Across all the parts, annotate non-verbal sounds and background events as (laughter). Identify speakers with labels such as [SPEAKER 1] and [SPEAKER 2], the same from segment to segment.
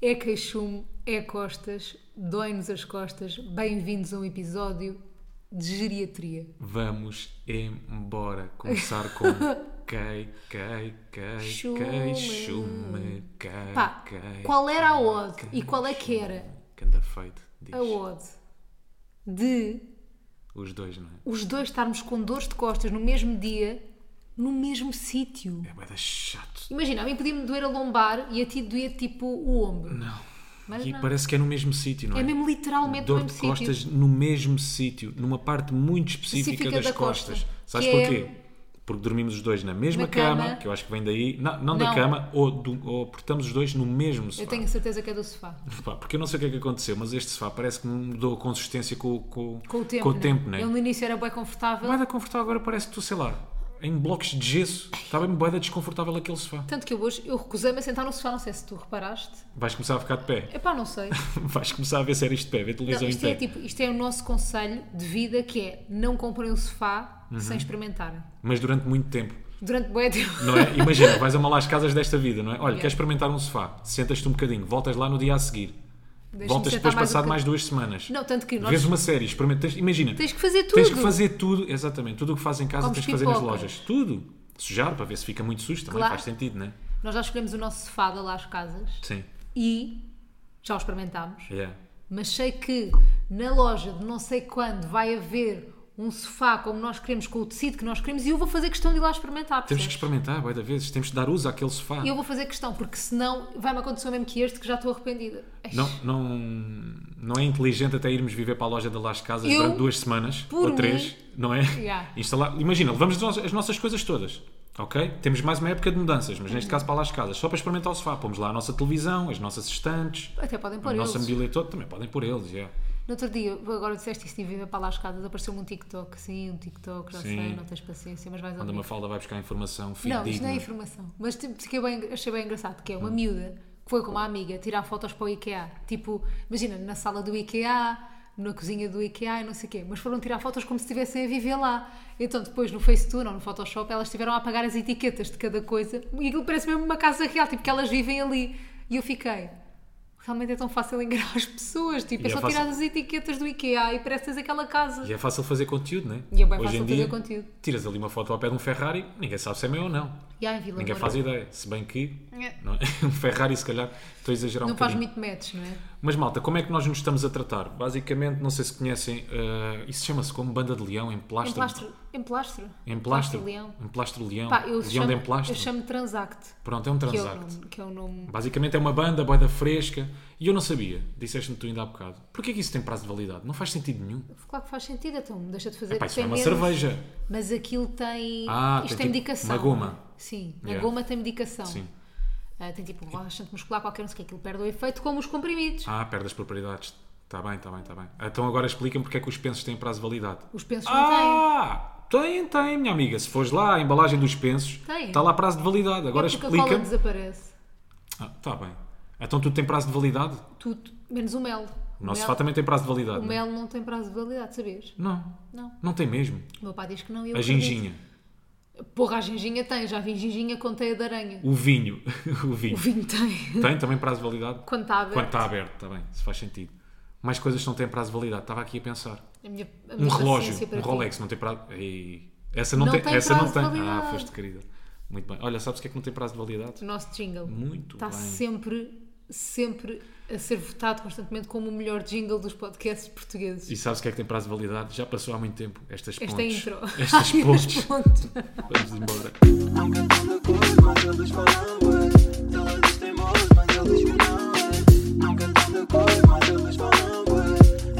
[SPEAKER 1] É queixume, é costas, dói-nos as costas. Bem-vindos a um episódio de geriatria.
[SPEAKER 2] Vamos embora.
[SPEAKER 1] (laughs)
[SPEAKER 2] Começar com quei, quei, quei,
[SPEAKER 1] Chume.
[SPEAKER 2] quei, chume, quei,
[SPEAKER 1] Pá,
[SPEAKER 2] quei.
[SPEAKER 1] qual era a ode
[SPEAKER 2] quei,
[SPEAKER 1] e qual é que era
[SPEAKER 2] Que anda feito, diz.
[SPEAKER 1] a ode de
[SPEAKER 2] Os dois, não é?
[SPEAKER 1] os dois estarmos com dores de costas no mesmo dia, no mesmo sítio?
[SPEAKER 2] É bué da chato.
[SPEAKER 1] Imagina, a mim podia-me doer a lombar e a ti doer tipo o ombro.
[SPEAKER 2] Não.
[SPEAKER 1] Mas
[SPEAKER 2] e
[SPEAKER 1] não.
[SPEAKER 2] parece que é no mesmo sítio, não é?
[SPEAKER 1] É mesmo literalmente
[SPEAKER 2] Dor
[SPEAKER 1] no
[SPEAKER 2] de
[SPEAKER 1] mesmo sítio.
[SPEAKER 2] costas no mesmo sítio, numa parte muito específica
[SPEAKER 1] Específica
[SPEAKER 2] das
[SPEAKER 1] da costa,
[SPEAKER 2] costas. Sabes
[SPEAKER 1] que é-
[SPEAKER 2] porquê? Porque dormimos os dois na mesma
[SPEAKER 1] Na cama.
[SPEAKER 2] cama, que eu acho que vem daí, não, não
[SPEAKER 1] Não.
[SPEAKER 2] da cama, ou, do, ou portamos os dois no mesmo sofá.
[SPEAKER 1] Eu tenho a certeza que é do sofá.
[SPEAKER 2] Pá, porque eu não sei o que é que aconteceu, mas este sofá parece que mudou a consistência com, com,
[SPEAKER 1] Com o tempo.
[SPEAKER 2] com o tempo
[SPEAKER 1] né?
[SPEAKER 2] né?
[SPEAKER 1] Ele no início era bem confortável.
[SPEAKER 2] Bué da confortável agora parece que tu, sei lá, em blocos de gesso. Está bem bué da desconfortável aquele sofá.
[SPEAKER 1] Tanto que eu hoje eu recusei-me a sentar no sofá, não sei se tu reparaste.
[SPEAKER 2] Vais começar a ficar de pé. (laughs)
[SPEAKER 1] Epá, não sei.
[SPEAKER 2] Vais começar a ver séries de pé, ver
[SPEAKER 1] Não,
[SPEAKER 2] televisão em
[SPEAKER 1] isto,
[SPEAKER 2] pé.
[SPEAKER 1] é, tipo, isto é o nosso conselho de vida que é não comprem o sofá sem experimentarem.
[SPEAKER 2] Mas durante muito tempo.
[SPEAKER 1] Durante bué tempo.
[SPEAKER 2] Uhum. Não é? Imagina, vais a uma las casas desta vida, não é? Olha, queres experimentar um sofá? Sentas-te um bocadinho, voltas lá no dia a seguir.
[SPEAKER 1] Deixa-me
[SPEAKER 2] voltas
[SPEAKER 1] sentar mais
[SPEAKER 2] depois
[SPEAKER 1] um
[SPEAKER 2] passado
[SPEAKER 1] bocadinho.
[SPEAKER 2] mais duas semanas.
[SPEAKER 1] Não, tanto que nós
[SPEAKER 2] Vês uma série, experimentas. Imagina,
[SPEAKER 1] tens que fazer tudo.
[SPEAKER 2] Tens que fazer tudo, exatamente, tudo o que faz em casa
[SPEAKER 1] Comes
[SPEAKER 2] tens que fazer nas
[SPEAKER 1] pipoca.
[SPEAKER 2] lojas. Tudo. Sujar para ver se fica muito sujo, também
[SPEAKER 1] Claro.
[SPEAKER 2] faz sentido, né?
[SPEAKER 1] Nós já escolhemos o nosso sofá de lá às casas
[SPEAKER 2] Sim.
[SPEAKER 1] e já o experimentámos.
[SPEAKER 2] Yeah.
[SPEAKER 1] Mas sei que na loja de não sei quando vai haver um sofá como nós queremos, com o tecido que nós queremos, e eu vou fazer questão de ir lá experimentar.
[SPEAKER 2] Temos que
[SPEAKER 1] percebes?
[SPEAKER 2] experimentar, boa da vezes, temos de dar uso àquele sofá.
[SPEAKER 1] E eu vou fazer questão, porque senão vai-me acontecer o mesmo que este, que já estou arrependida. Ai,
[SPEAKER 2] Não, não, não é inteligente até irmos viver para a loja de Las Casas
[SPEAKER 1] Eu,
[SPEAKER 2] durante duas semanas
[SPEAKER 1] por
[SPEAKER 2] ou três, não é?
[SPEAKER 1] Yeah.
[SPEAKER 2] Instalar, imagina, levamos as no- as nossas coisas todas, ok? Temos mais uma época de mudanças, mas neste caso para Las Casas, só para experimentar o sofá. Pomos lá a nossa televisão, as nossas estantes,
[SPEAKER 1] Até podem
[SPEAKER 2] a
[SPEAKER 1] pôr eles.
[SPEAKER 2] nossa mobília toda, também podem pôr eles, yeah.
[SPEAKER 1] No outro dia, agora disseste isso de viver para lá as casas, apareceu-me um TikTok. Sim, um TikTok, já
[SPEAKER 2] Sim.
[SPEAKER 1] sei, não tens paciência, mas vais
[SPEAKER 2] Quando a
[SPEAKER 1] ouvir.
[SPEAKER 2] Mafalda vai buscar informação
[SPEAKER 1] Não, isto não é
[SPEAKER 2] fidedigna.
[SPEAKER 1] informação. Mas tipo, fiquei bem, achei bem engraçado, que é uma
[SPEAKER 2] Hum.
[SPEAKER 1] miúda que foi com uma amiga tirar fotos para o IKEA. Tipo, imagina, na sala do IKEA, na cozinha do IKEA e não sei o quê. Mas foram tirar fotos como se estivessem a viver lá. Então depois no FaceTune ou no Photoshop elas tiveram a apagar as etiquetas de cada coisa. E aquilo parece mesmo uma casa real, tipo que elas vivem ali. E eu fiquei... Realmente é tão fácil enganar as pessoas, tipo, é
[SPEAKER 2] E é
[SPEAKER 1] só
[SPEAKER 2] fácil.
[SPEAKER 1] tirar as etiquetas do IKEA e parece teres aquela casa.
[SPEAKER 2] E é fácil fazer conteúdo, não é?
[SPEAKER 1] E é bem
[SPEAKER 2] Hoje
[SPEAKER 1] fácil
[SPEAKER 2] em
[SPEAKER 1] fazer
[SPEAKER 2] dia,
[SPEAKER 1] conteúdo.
[SPEAKER 2] tiras ali uma foto ao pé de um Ferrari, ninguém sabe se é meu ou não.
[SPEAKER 1] E há em Vila
[SPEAKER 2] ninguém
[SPEAKER 1] Moura.
[SPEAKER 2] faz ideia. Se bem que
[SPEAKER 1] É.
[SPEAKER 2] não é? (laughs) um Ferrari, se calhar, estou a exagerar um
[SPEAKER 1] Não faz
[SPEAKER 2] bocadinho.
[SPEAKER 1] muito match, não é?
[SPEAKER 2] Mas malta, como é que nós nos estamos a tratar? Basicamente, não sei se conhecem, eh, isso chama-se como banda de leão, em
[SPEAKER 1] Em
[SPEAKER 2] plástico.
[SPEAKER 1] plastro. Em plastro.
[SPEAKER 2] Em plastro.
[SPEAKER 1] leão.
[SPEAKER 2] Em plastro leão.
[SPEAKER 1] Pá, eu
[SPEAKER 2] leão
[SPEAKER 1] chamo,
[SPEAKER 2] de emplastro.
[SPEAKER 1] Eu chamo Transact,
[SPEAKER 2] Pronto, é um
[SPEAKER 1] que é, o
[SPEAKER 2] transact.
[SPEAKER 1] nome, que é o nome.
[SPEAKER 2] Basicamente é uma banda, boida fresca. E eu não sabia, disseste-me tu ainda há bocado. Porquê que isso tem prazo de validade? Não faz sentido nenhum.
[SPEAKER 1] Claro que faz sentido, então deixa de fazer.
[SPEAKER 2] Epá, isso
[SPEAKER 1] tem
[SPEAKER 2] é uma
[SPEAKER 1] menos,
[SPEAKER 2] cerveja.
[SPEAKER 1] Mas aquilo tem.
[SPEAKER 2] Ah,
[SPEAKER 1] isto tem,
[SPEAKER 2] tem tipo
[SPEAKER 1] medicação.
[SPEAKER 2] uma goma.
[SPEAKER 1] Sim, na
[SPEAKER 2] Yeah.
[SPEAKER 1] goma tem medicação.
[SPEAKER 2] Sim.
[SPEAKER 1] Ah, tem tipo um relaxante muscular qualquer, não sei o que, aquilo perde o efeito, como os comprimidos.
[SPEAKER 2] Ah, perde as propriedades. Está bem, está bem, está bem. Então agora explica-me porque é que os pensos têm prazo de validade.
[SPEAKER 1] Os pensos não
[SPEAKER 2] Ah, tem, tem, minha amiga. Se fores lá à embalagem dos pensos,
[SPEAKER 1] Tem.
[SPEAKER 2] está lá prazo de validade.
[SPEAKER 1] têm.
[SPEAKER 2] Agora
[SPEAKER 1] É porque a cola
[SPEAKER 2] explica-me.
[SPEAKER 1] desaparece.
[SPEAKER 2] Ah, está bem. Então tudo tem prazo de validade?
[SPEAKER 1] Tudo, menos o mel.
[SPEAKER 2] O nosso
[SPEAKER 1] mel,
[SPEAKER 2] sofá também tem prazo de validade.
[SPEAKER 1] o
[SPEAKER 2] não é?
[SPEAKER 1] mel não tem prazo de validade, sabias?
[SPEAKER 2] Não,
[SPEAKER 1] Não.
[SPEAKER 2] não tem mesmo.
[SPEAKER 1] O meu pai diz que não. e Eu
[SPEAKER 2] A
[SPEAKER 1] acredito.
[SPEAKER 2] ginginha,
[SPEAKER 1] Porra, a ginginha tem, já vi ginginha com teia de aranha.
[SPEAKER 2] o vinho, (laughs) o
[SPEAKER 1] O
[SPEAKER 2] vinho.
[SPEAKER 1] vinho tem.
[SPEAKER 2] Tem também prazo de validade?
[SPEAKER 1] Quando está aberto.
[SPEAKER 2] Quando está aberto, está bem, se faz sentido. Mais coisas que não têm prazo de validade. Estava aqui a pensar.
[SPEAKER 1] A minha- a
[SPEAKER 2] Um
[SPEAKER 1] minha
[SPEAKER 2] relógio,
[SPEAKER 1] paciência para
[SPEAKER 2] um
[SPEAKER 1] ti.
[SPEAKER 2] Rolex, não tem prazo. Ei, Essa não,
[SPEAKER 1] Não
[SPEAKER 2] tem,
[SPEAKER 1] tem
[SPEAKER 2] essa não
[SPEAKER 1] prazo de
[SPEAKER 2] tem. Ah,
[SPEAKER 1] validade.
[SPEAKER 2] foste querida. Muito bem. Olha, sabes o que é que não tem prazo de validade?
[SPEAKER 1] O nosso jingle
[SPEAKER 2] Muito
[SPEAKER 1] está
[SPEAKER 2] bem.
[SPEAKER 1] sempre, sempre a ser votado constantemente como o melhor jingle dos podcasts portugueses.
[SPEAKER 2] E sabes o que é que tem prazo de validade? Já passou há muito tempo. Estas
[SPEAKER 1] Esta é
[SPEAKER 2] pontes.
[SPEAKER 1] intro.
[SPEAKER 2] (laughs)
[SPEAKER 1] (laughs)
[SPEAKER 2] Estas
[SPEAKER 1] Ai, as
[SPEAKER 2] pontes.
[SPEAKER 1] pontes.
[SPEAKER 2] Vamos embora.
[SPEAKER 3] Nunca tô no corpo, mas eles falam ué. Todos têm moço, mas eles que não é. Nunca tô no corpo, mas eles falam ué.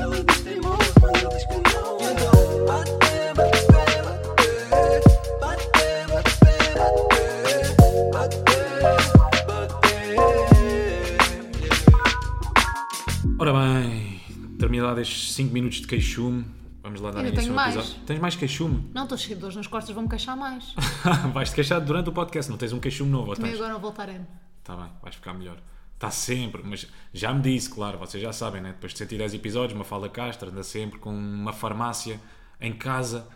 [SPEAKER 3] Eles têm moço, mas eles que não é. Então, bate, bate, bate, bate. Bate, bate, bate, bate. Bate.
[SPEAKER 2] Ora bem, terminado estes 5 minutos de queixume, vamos lá dar
[SPEAKER 1] Ainda
[SPEAKER 2] início
[SPEAKER 1] tenho
[SPEAKER 2] ao
[SPEAKER 1] mais.
[SPEAKER 2] episódio. Tens mais queixume? (laughs)
[SPEAKER 1] Não, estou cheio de dores nas costas, vão-me queixar mais.
[SPEAKER 2] vais-te queixar durante o podcast, não tens um queixume novo, ou
[SPEAKER 1] Também
[SPEAKER 2] tens?
[SPEAKER 1] agora não voltaremos.
[SPEAKER 2] Está Tá bem, vais ficar melhor. Está sempre, mas já me disse, claro, vocês já sabem, né? Depois de 110 episódios, uma fala castra, anda sempre com uma farmácia em casa.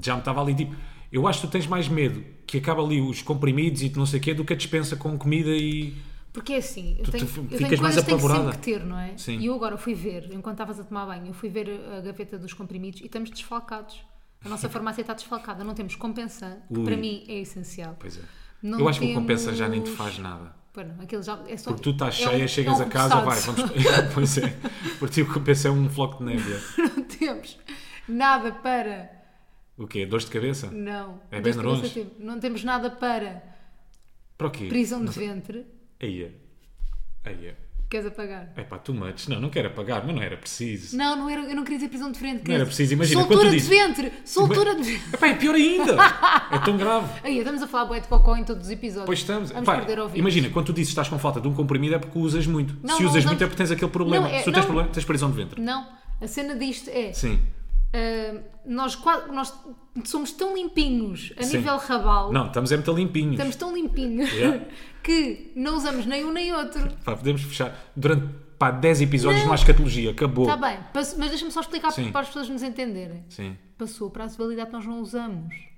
[SPEAKER 2] Já me estava ali tipo. Eu acho que tu tens mais medo que acaba ali os comprimidos e não sei o quê do que a dispensa com comida e
[SPEAKER 1] Porque é assim, eu
[SPEAKER 2] Tu-
[SPEAKER 1] tenho,
[SPEAKER 2] tu
[SPEAKER 1] eu
[SPEAKER 2] ficas
[SPEAKER 1] tenho
[SPEAKER 2] mais
[SPEAKER 1] coisas que tenho sempre
[SPEAKER 2] apavorada.
[SPEAKER 1] que ter, não é?
[SPEAKER 2] Sim.
[SPEAKER 1] E eu agora fui ver, enquanto estavas a tomar banho, eu fui ver a gaveta dos comprimidos e estamos desfalcados. A nossa farmácia está desfalcada, não temos compensa, que
[SPEAKER 2] Ui.
[SPEAKER 1] para mim é essencial.
[SPEAKER 2] Pois é.
[SPEAKER 1] Não
[SPEAKER 2] eu acho que o compensa já nem te
[SPEAKER 1] temos-
[SPEAKER 2] faz nada.
[SPEAKER 1] Bueno, aquilo já é só.
[SPEAKER 2] Porque tu estás
[SPEAKER 1] é um-
[SPEAKER 2] cheia,
[SPEAKER 1] é
[SPEAKER 2] chegas
[SPEAKER 1] um
[SPEAKER 2] a casa, vai,
[SPEAKER 1] roçado.
[SPEAKER 2] vamos. (laughs) pois é. Por ti o compensa é um floco de nébia.
[SPEAKER 1] (laughs) Não temos nada para.
[SPEAKER 2] O quê? Dores de cabeça?
[SPEAKER 1] Não.
[SPEAKER 2] É
[SPEAKER 1] Deste
[SPEAKER 2] bem longe.
[SPEAKER 1] tempo, Não temos nada para
[SPEAKER 2] Para o quê?
[SPEAKER 1] prisão de ventre.
[SPEAKER 2] Aí é. Aí é.
[SPEAKER 1] Queres apagar?
[SPEAKER 2] É pá, too much. Não, não quero apagar, mas não era preciso.
[SPEAKER 1] Não, não era, eu não queria dizer prisão de ventre. queria
[SPEAKER 2] era
[SPEAKER 1] dizer-
[SPEAKER 2] preciso, imagina, quando
[SPEAKER 1] Soltura
[SPEAKER 2] tu
[SPEAKER 1] de
[SPEAKER 2] dizes-
[SPEAKER 1] ventre! Soltura de ventre!
[SPEAKER 2] Epá, é
[SPEAKER 1] (laughs)
[SPEAKER 2] pior ainda! É tão grave.
[SPEAKER 1] Aí, estamos a falar bué de cocó em todos os episódios.
[SPEAKER 2] Pois estamos.
[SPEAKER 1] Vamos
[SPEAKER 2] Epá,
[SPEAKER 1] perder ouvintes.
[SPEAKER 2] imagina, quando tu dizes que estás com falta de um comprimido é porque o usas muito.
[SPEAKER 1] Não,
[SPEAKER 2] Se
[SPEAKER 1] não
[SPEAKER 2] usas
[SPEAKER 1] usamos.
[SPEAKER 2] muito é porque tens aquele problema.
[SPEAKER 1] Não, é-
[SPEAKER 2] Se tu tens
[SPEAKER 1] não.
[SPEAKER 2] problema, tens prisão de ventre.
[SPEAKER 1] Não, a cena disto é...
[SPEAKER 2] Sim.
[SPEAKER 1] ah, nós, qua- nós somos tão limpinhos a
[SPEAKER 2] Sim.
[SPEAKER 1] nível rabal...
[SPEAKER 2] Não, estamos é muito limpinhos.
[SPEAKER 1] Estamos tão limpinhos
[SPEAKER 2] Yeah.
[SPEAKER 1] (laughs) que não usamos nem um nem outro.
[SPEAKER 2] Pá, podemos fechar. Durante pá, 10 episódios não há escatologia, acabou.
[SPEAKER 1] Está Tá bem, passo- mas deixa-me só explicar
[SPEAKER 2] Sim.
[SPEAKER 1] para as pessoas nos entenderem.
[SPEAKER 2] Sim.
[SPEAKER 1] Passou o prazo de validade, nós não usamos. Estás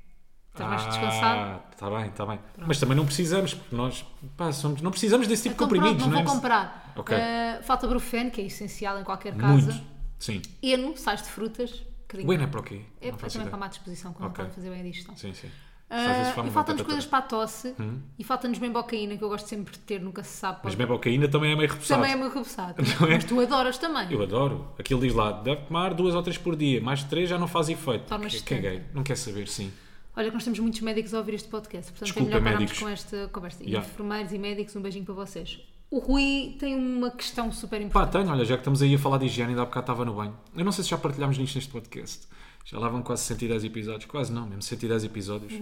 [SPEAKER 1] Tá mais
[SPEAKER 2] Ah,
[SPEAKER 1] descansado?
[SPEAKER 2] Está bem, está bem. Mas também não precisamos, porque nós pá, somos, não precisamos desse tipo
[SPEAKER 1] Então
[SPEAKER 2] de comprimidos,
[SPEAKER 1] pronto, não
[SPEAKER 2] não,
[SPEAKER 1] vou
[SPEAKER 2] é?
[SPEAKER 1] comprar.
[SPEAKER 2] Ok.
[SPEAKER 1] Ah, falta brufeno, que é essencial em qualquer casa.
[SPEAKER 2] Muito. Sim.
[SPEAKER 1] Eno, sais de frutas.
[SPEAKER 2] O
[SPEAKER 1] carinho.
[SPEAKER 2] Eno é para o quê?
[SPEAKER 1] É
[SPEAKER 2] Não
[SPEAKER 1] para
[SPEAKER 2] faço
[SPEAKER 1] também
[SPEAKER 2] ideia.
[SPEAKER 1] para má disposição, quando
[SPEAKER 2] Ok.
[SPEAKER 1] não podem fazer bem a digestão.
[SPEAKER 2] Sim, sim.
[SPEAKER 1] Ah, e
[SPEAKER 2] fome,
[SPEAKER 1] falta-nos
[SPEAKER 2] batata
[SPEAKER 1] coisas
[SPEAKER 2] toda. Hum?
[SPEAKER 1] para a tosse e falta-nos membocaína, que eu gosto sempre de ter, nunca se sabe.
[SPEAKER 2] Mas
[SPEAKER 1] pode-
[SPEAKER 2] bembocaína também é meio repousado.
[SPEAKER 1] Também é meu rebuçado.
[SPEAKER 2] (laughs) Não é?
[SPEAKER 1] Mas tu adoras também.
[SPEAKER 2] Eu adoro. Aquilo diz lá, deve tomar duas ou três por dia. Mais de três já não faz efeito.
[SPEAKER 1] Tornas
[SPEAKER 2] Que-
[SPEAKER 1] sedenta.
[SPEAKER 2] Caguei. Não quer saber, sim.
[SPEAKER 1] Olha, que nós temos muitos médicos a ouvir este podcast, portanto
[SPEAKER 2] Desculpa,
[SPEAKER 1] é melhor pararmos
[SPEAKER 2] médicos.
[SPEAKER 1] com esta conversa. E
[SPEAKER 2] Yeah.
[SPEAKER 1] Enfermeiros e médicos, um beijinho para vocês. O Rui tem uma questão super
[SPEAKER 2] Pá,
[SPEAKER 1] importante.
[SPEAKER 2] tenho, olha, já que estamos aí a falar de higiene, ainda há bocado estava no banho. Eu não sei se já partilhámos nisto neste podcast. Já lá vão quase 110 episódios. Quase não, mesmo 110 episódios.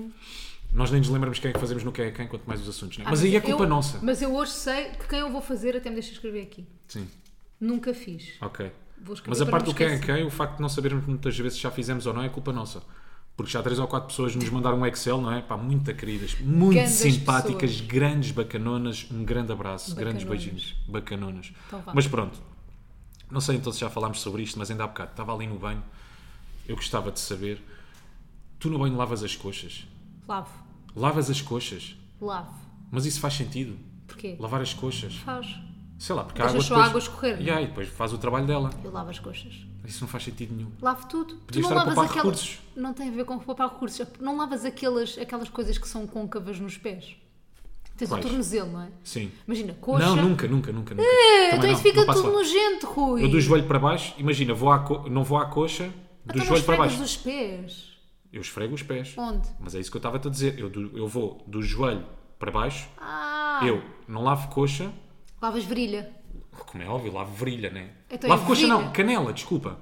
[SPEAKER 2] Nós nem nos lembramos quem é que fazemos no quem é quem, quanto mais os assuntos. Né?
[SPEAKER 1] Uhum. Ah,
[SPEAKER 2] mas, aí é
[SPEAKER 1] eu-
[SPEAKER 2] culpa
[SPEAKER 1] eu-
[SPEAKER 2] nossa.
[SPEAKER 1] Mas eu hoje sei que quem eu vou fazer até me deixa escrever aqui.
[SPEAKER 2] Sim,
[SPEAKER 1] Nunca fiz.
[SPEAKER 2] ok.
[SPEAKER 1] Vou escrever
[SPEAKER 2] Mas a
[SPEAKER 1] para
[SPEAKER 2] parte
[SPEAKER 1] não
[SPEAKER 2] do quem é
[SPEAKER 1] esquecer.
[SPEAKER 2] quem, o facto de não sabermos muitas vezes se já fizemos ou não é culpa nossa. Porque já três ou quatro pessoas nos mandaram um Excel, não é? Pá, muito queridas, muito
[SPEAKER 1] Grandes
[SPEAKER 2] simpáticas,
[SPEAKER 1] pessoas.
[SPEAKER 2] grandes bacanonas. Um grande abraço, grandes
[SPEAKER 1] Bacanonas.
[SPEAKER 2] beijinhos, bacanonas.
[SPEAKER 1] Então vá.
[SPEAKER 2] mas pronto, não sei então se já falámos sobre isto, mas ainda há bocado estava ali no banho. Eu gostava de saber, tu no banho lavas as coxas?
[SPEAKER 1] Lavo.
[SPEAKER 2] Lavas as coxas?
[SPEAKER 1] Lavo.
[SPEAKER 2] Mas isso faz sentido?
[SPEAKER 1] Porquê?
[SPEAKER 2] Lavar as coxas?
[SPEAKER 1] Faz.
[SPEAKER 2] Sei lá, porque a água
[SPEAKER 1] Deixas
[SPEAKER 2] depois...
[SPEAKER 1] só a água escorrer.
[SPEAKER 2] E aí, depois faz o trabalho dela.
[SPEAKER 1] Eu lavo as coxas.
[SPEAKER 2] Isso não faz sentido nenhum.
[SPEAKER 1] Lavo tudo.
[SPEAKER 2] Podias estar a poupar recursos.
[SPEAKER 1] Não tem a ver com poupar recursos. Não lavas aquelas, aquelas coisas que são côncavas nos pés. Tens
[SPEAKER 2] Quais?
[SPEAKER 1] o tornozelo, não é?
[SPEAKER 2] Sim.
[SPEAKER 1] Imagina, coxa.
[SPEAKER 2] Não, nunca, nunca, nunca. nunca.
[SPEAKER 1] É,
[SPEAKER 2] Também
[SPEAKER 1] então isso
[SPEAKER 2] não,
[SPEAKER 1] fica
[SPEAKER 2] não passo
[SPEAKER 1] tudo
[SPEAKER 2] lá.
[SPEAKER 1] nojento, Rui.
[SPEAKER 2] Eu do joelho para baixo, imagina, vou à co- não vou à coxa, do
[SPEAKER 1] Então não
[SPEAKER 2] joelho para
[SPEAKER 1] esfregas
[SPEAKER 2] baixo.
[SPEAKER 1] os pés.
[SPEAKER 2] Eu esfrego os pés.
[SPEAKER 1] Onde?
[SPEAKER 2] Mas é isso que eu estava a te dizer. Eu, do- eu vou do joelho para baixo,
[SPEAKER 1] Ah,
[SPEAKER 2] eu não lavo coxa,
[SPEAKER 1] lavas virilha.
[SPEAKER 2] como é óbvio, lavo virilha, né?
[SPEAKER 1] Então
[SPEAKER 2] lavo
[SPEAKER 1] é
[SPEAKER 2] coxa
[SPEAKER 1] virilha.
[SPEAKER 2] não, canela, desculpa.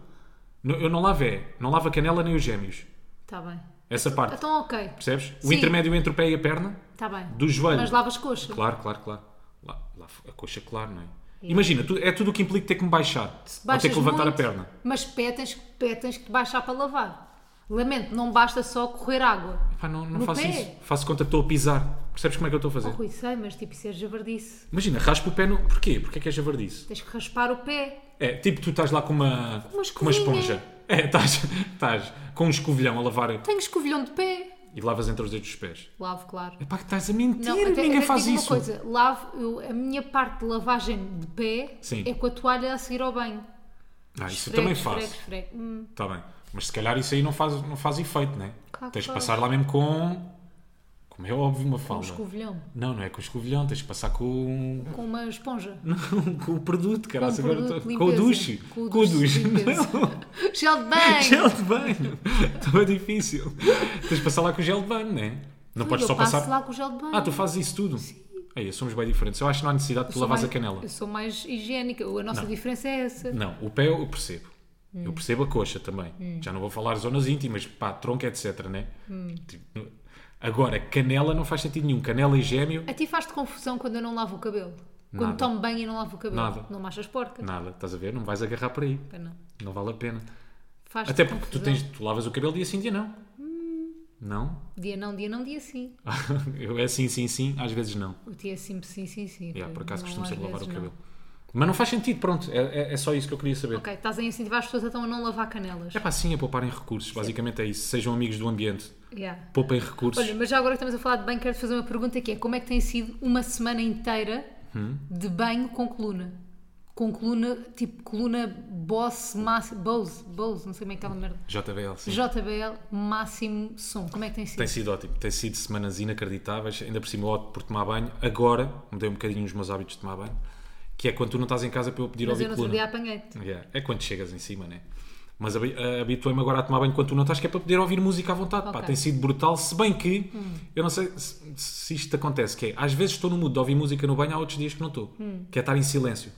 [SPEAKER 2] Não- Eu não lavo é, não lavo a canela nem os gêmeos.
[SPEAKER 1] Está Tá bem.
[SPEAKER 2] Essa parte,
[SPEAKER 1] Então ok,
[SPEAKER 2] percebes? O
[SPEAKER 1] Sim.
[SPEAKER 2] intermédio entre o pé e a perna,
[SPEAKER 1] está bem.
[SPEAKER 2] do joelho.
[SPEAKER 1] Mas lavas coxa.
[SPEAKER 2] Claro, claro, claro. Lá, lá a coxa, claro, não é? Imagina, tu- é tudo o que implica ter que me baixar.
[SPEAKER 1] Se
[SPEAKER 2] ou
[SPEAKER 1] baixas
[SPEAKER 2] ter que levantar
[SPEAKER 1] muito,
[SPEAKER 2] a perna.
[SPEAKER 1] Mas pé tens, pé tens que baixar para lavar. Lamento, não basta só correr água.
[SPEAKER 2] Pá, não não
[SPEAKER 1] No
[SPEAKER 2] faço
[SPEAKER 1] pé.
[SPEAKER 2] isso. Faço conta que estou a pisar. Percebes como é que eu estou a fazer?
[SPEAKER 1] Oh, Rui, sei, mas tipo, isso é javardice.
[SPEAKER 2] Imagina, raspa o pé no. Porquê? Porquê que é javardice?
[SPEAKER 1] Tens que raspar o pé.
[SPEAKER 2] É, tipo, tu estás lá com uma.
[SPEAKER 1] Uma
[SPEAKER 2] com uma
[SPEAKER 1] escovinha.
[SPEAKER 2] esponja. É, estás, (laughs) estás com um escovilhão a lavar
[SPEAKER 1] Tenho escovilhão de pé.
[SPEAKER 2] e lavas entre os dedos dos pés.
[SPEAKER 1] Lavo, claro.
[SPEAKER 2] É pá, que estás a mentir,
[SPEAKER 1] Não, até,
[SPEAKER 2] ninguém
[SPEAKER 1] até
[SPEAKER 2] faz
[SPEAKER 1] digo
[SPEAKER 2] isso.
[SPEAKER 1] uma coisa. Lavo, eu- a minha parte de lavagem de pé
[SPEAKER 2] Sim.
[SPEAKER 1] é com a toalha a seguir ao banho.
[SPEAKER 2] Ah, isso eu
[SPEAKER 1] Esfrego,
[SPEAKER 2] também
[SPEAKER 1] esfrego,
[SPEAKER 2] faço.
[SPEAKER 1] esfrego. Hum,
[SPEAKER 2] Está bem. Mas se calhar isso aí não faz, não faz efeito, né?
[SPEAKER 1] Claro que
[SPEAKER 2] Tens de
[SPEAKER 1] faz.
[SPEAKER 2] passar lá mesmo com. Como é óbvio, uma
[SPEAKER 1] um
[SPEAKER 2] falda.
[SPEAKER 1] escovilhão.
[SPEAKER 2] Não, não é com o escovilhão, tens de passar com. (laughs)
[SPEAKER 1] Com uma esponja.
[SPEAKER 2] Não, com o produto, cara.
[SPEAKER 1] um produto de
[SPEAKER 2] com o
[SPEAKER 1] limpeza.
[SPEAKER 2] duche.
[SPEAKER 1] Com o
[SPEAKER 2] Com o
[SPEAKER 1] duche
[SPEAKER 2] duche. (laughs)
[SPEAKER 1] de limpeza.
[SPEAKER 2] Não. é?
[SPEAKER 1] Gel de (laughs) banho!
[SPEAKER 2] Gel de banho. Estava difícil. Tens de passar lá com o gel de banho, não é? Não
[SPEAKER 1] Ui,
[SPEAKER 2] podes
[SPEAKER 1] eu
[SPEAKER 2] só
[SPEAKER 1] passo
[SPEAKER 2] passar.
[SPEAKER 1] lá com o gel de banho.
[SPEAKER 2] Ah, tu fazes isso tudo? Sim. Aí, somos bem diferentes. Eu acho que não há necessidade de tu
[SPEAKER 1] Sou
[SPEAKER 2] lavares
[SPEAKER 1] mais-
[SPEAKER 2] a canela.
[SPEAKER 1] Eu sou mais higiênica. A nossa diferença é essa.
[SPEAKER 2] Não, o pé eu percebo.
[SPEAKER 1] Hum.
[SPEAKER 2] Eu percebo a coxa também. Já não vou falar zonas íntimas, pá, tronco, etc, né?
[SPEAKER 1] Hum.
[SPEAKER 2] Tipo, agora, canela não faz sentido nenhum. Canela e gêmeo,
[SPEAKER 1] A ti faz-te confusão quando eu não lavo o cabelo? Quando
[SPEAKER 2] Nada.
[SPEAKER 1] tomo banho e não lavo o cabelo?
[SPEAKER 2] Nada.
[SPEAKER 1] Não machas porca?
[SPEAKER 2] nada. Estás a ver? Não vais agarrar por aí.
[SPEAKER 1] Pá, não.
[SPEAKER 2] Não vale a pena.
[SPEAKER 1] Faz-te
[SPEAKER 2] Até porque tu,
[SPEAKER 1] confusão.
[SPEAKER 2] tens, tu lavas o cabelo dia sim, dia não.
[SPEAKER 1] Hum.
[SPEAKER 2] Não? (laughs)
[SPEAKER 1] Dia não, dia não, dia sim.
[SPEAKER 2] Eu é sim, sim, sim, às vezes não.
[SPEAKER 1] O dia é sempre sim, sim, sim.
[SPEAKER 2] Yeah,
[SPEAKER 1] Rui.
[SPEAKER 2] É, por acaso
[SPEAKER 1] Não,
[SPEAKER 2] costumo
[SPEAKER 1] às
[SPEAKER 2] sempre lavar o
[SPEAKER 1] vezes
[SPEAKER 2] cabelo.
[SPEAKER 1] não.
[SPEAKER 2] Mas não faz sentido, pronto. É, é- é só isso que eu queria saber.
[SPEAKER 1] Ok, estás a incentivar as pessoas então a não lavar canelas.
[SPEAKER 2] É pá, sim, é pouparem recursos. Basicamente é isso. Sejam amigos do ambiente.
[SPEAKER 1] Yeah.
[SPEAKER 2] Poupem recursos.
[SPEAKER 1] Olha, mas já agora que estamos a falar de banho, quero-te fazer uma pergunta que é como é que tem sido uma semana inteira
[SPEAKER 2] Hum?
[SPEAKER 1] de banho com coluna. Com coluna, tipo, coluna Boss, Mass, Bose, Bose, não sei como é que é aquela merda.
[SPEAKER 2] JBL, sim.
[SPEAKER 1] JBL, máximo som. Como é que tem sido?
[SPEAKER 2] Tem sido ótimo, tem sido semanas inacreditáveis, ainda por cima eu opto por tomar banho. Agora mudei um bocadinho os meus hábitos de tomar banho, que é quando tu não estás em casa para eu pedir
[SPEAKER 1] Mas
[SPEAKER 2] ouvir
[SPEAKER 1] eu não
[SPEAKER 2] coluna.
[SPEAKER 1] sabia apanhei-te.
[SPEAKER 2] Yeah, É quando chegas em cima, né? Mas habi- ah, habituei-me agora a tomar banho quando tu não estás, que é para poder ouvir música à vontade. Pá,
[SPEAKER 1] Ok. Hum.
[SPEAKER 2] tem sido brutal, se bem que eu não sei se, se isto te acontece, que é às vezes estou no mood de ouvir música no banho, há outros dias que não estou. Que é estar em silêncio.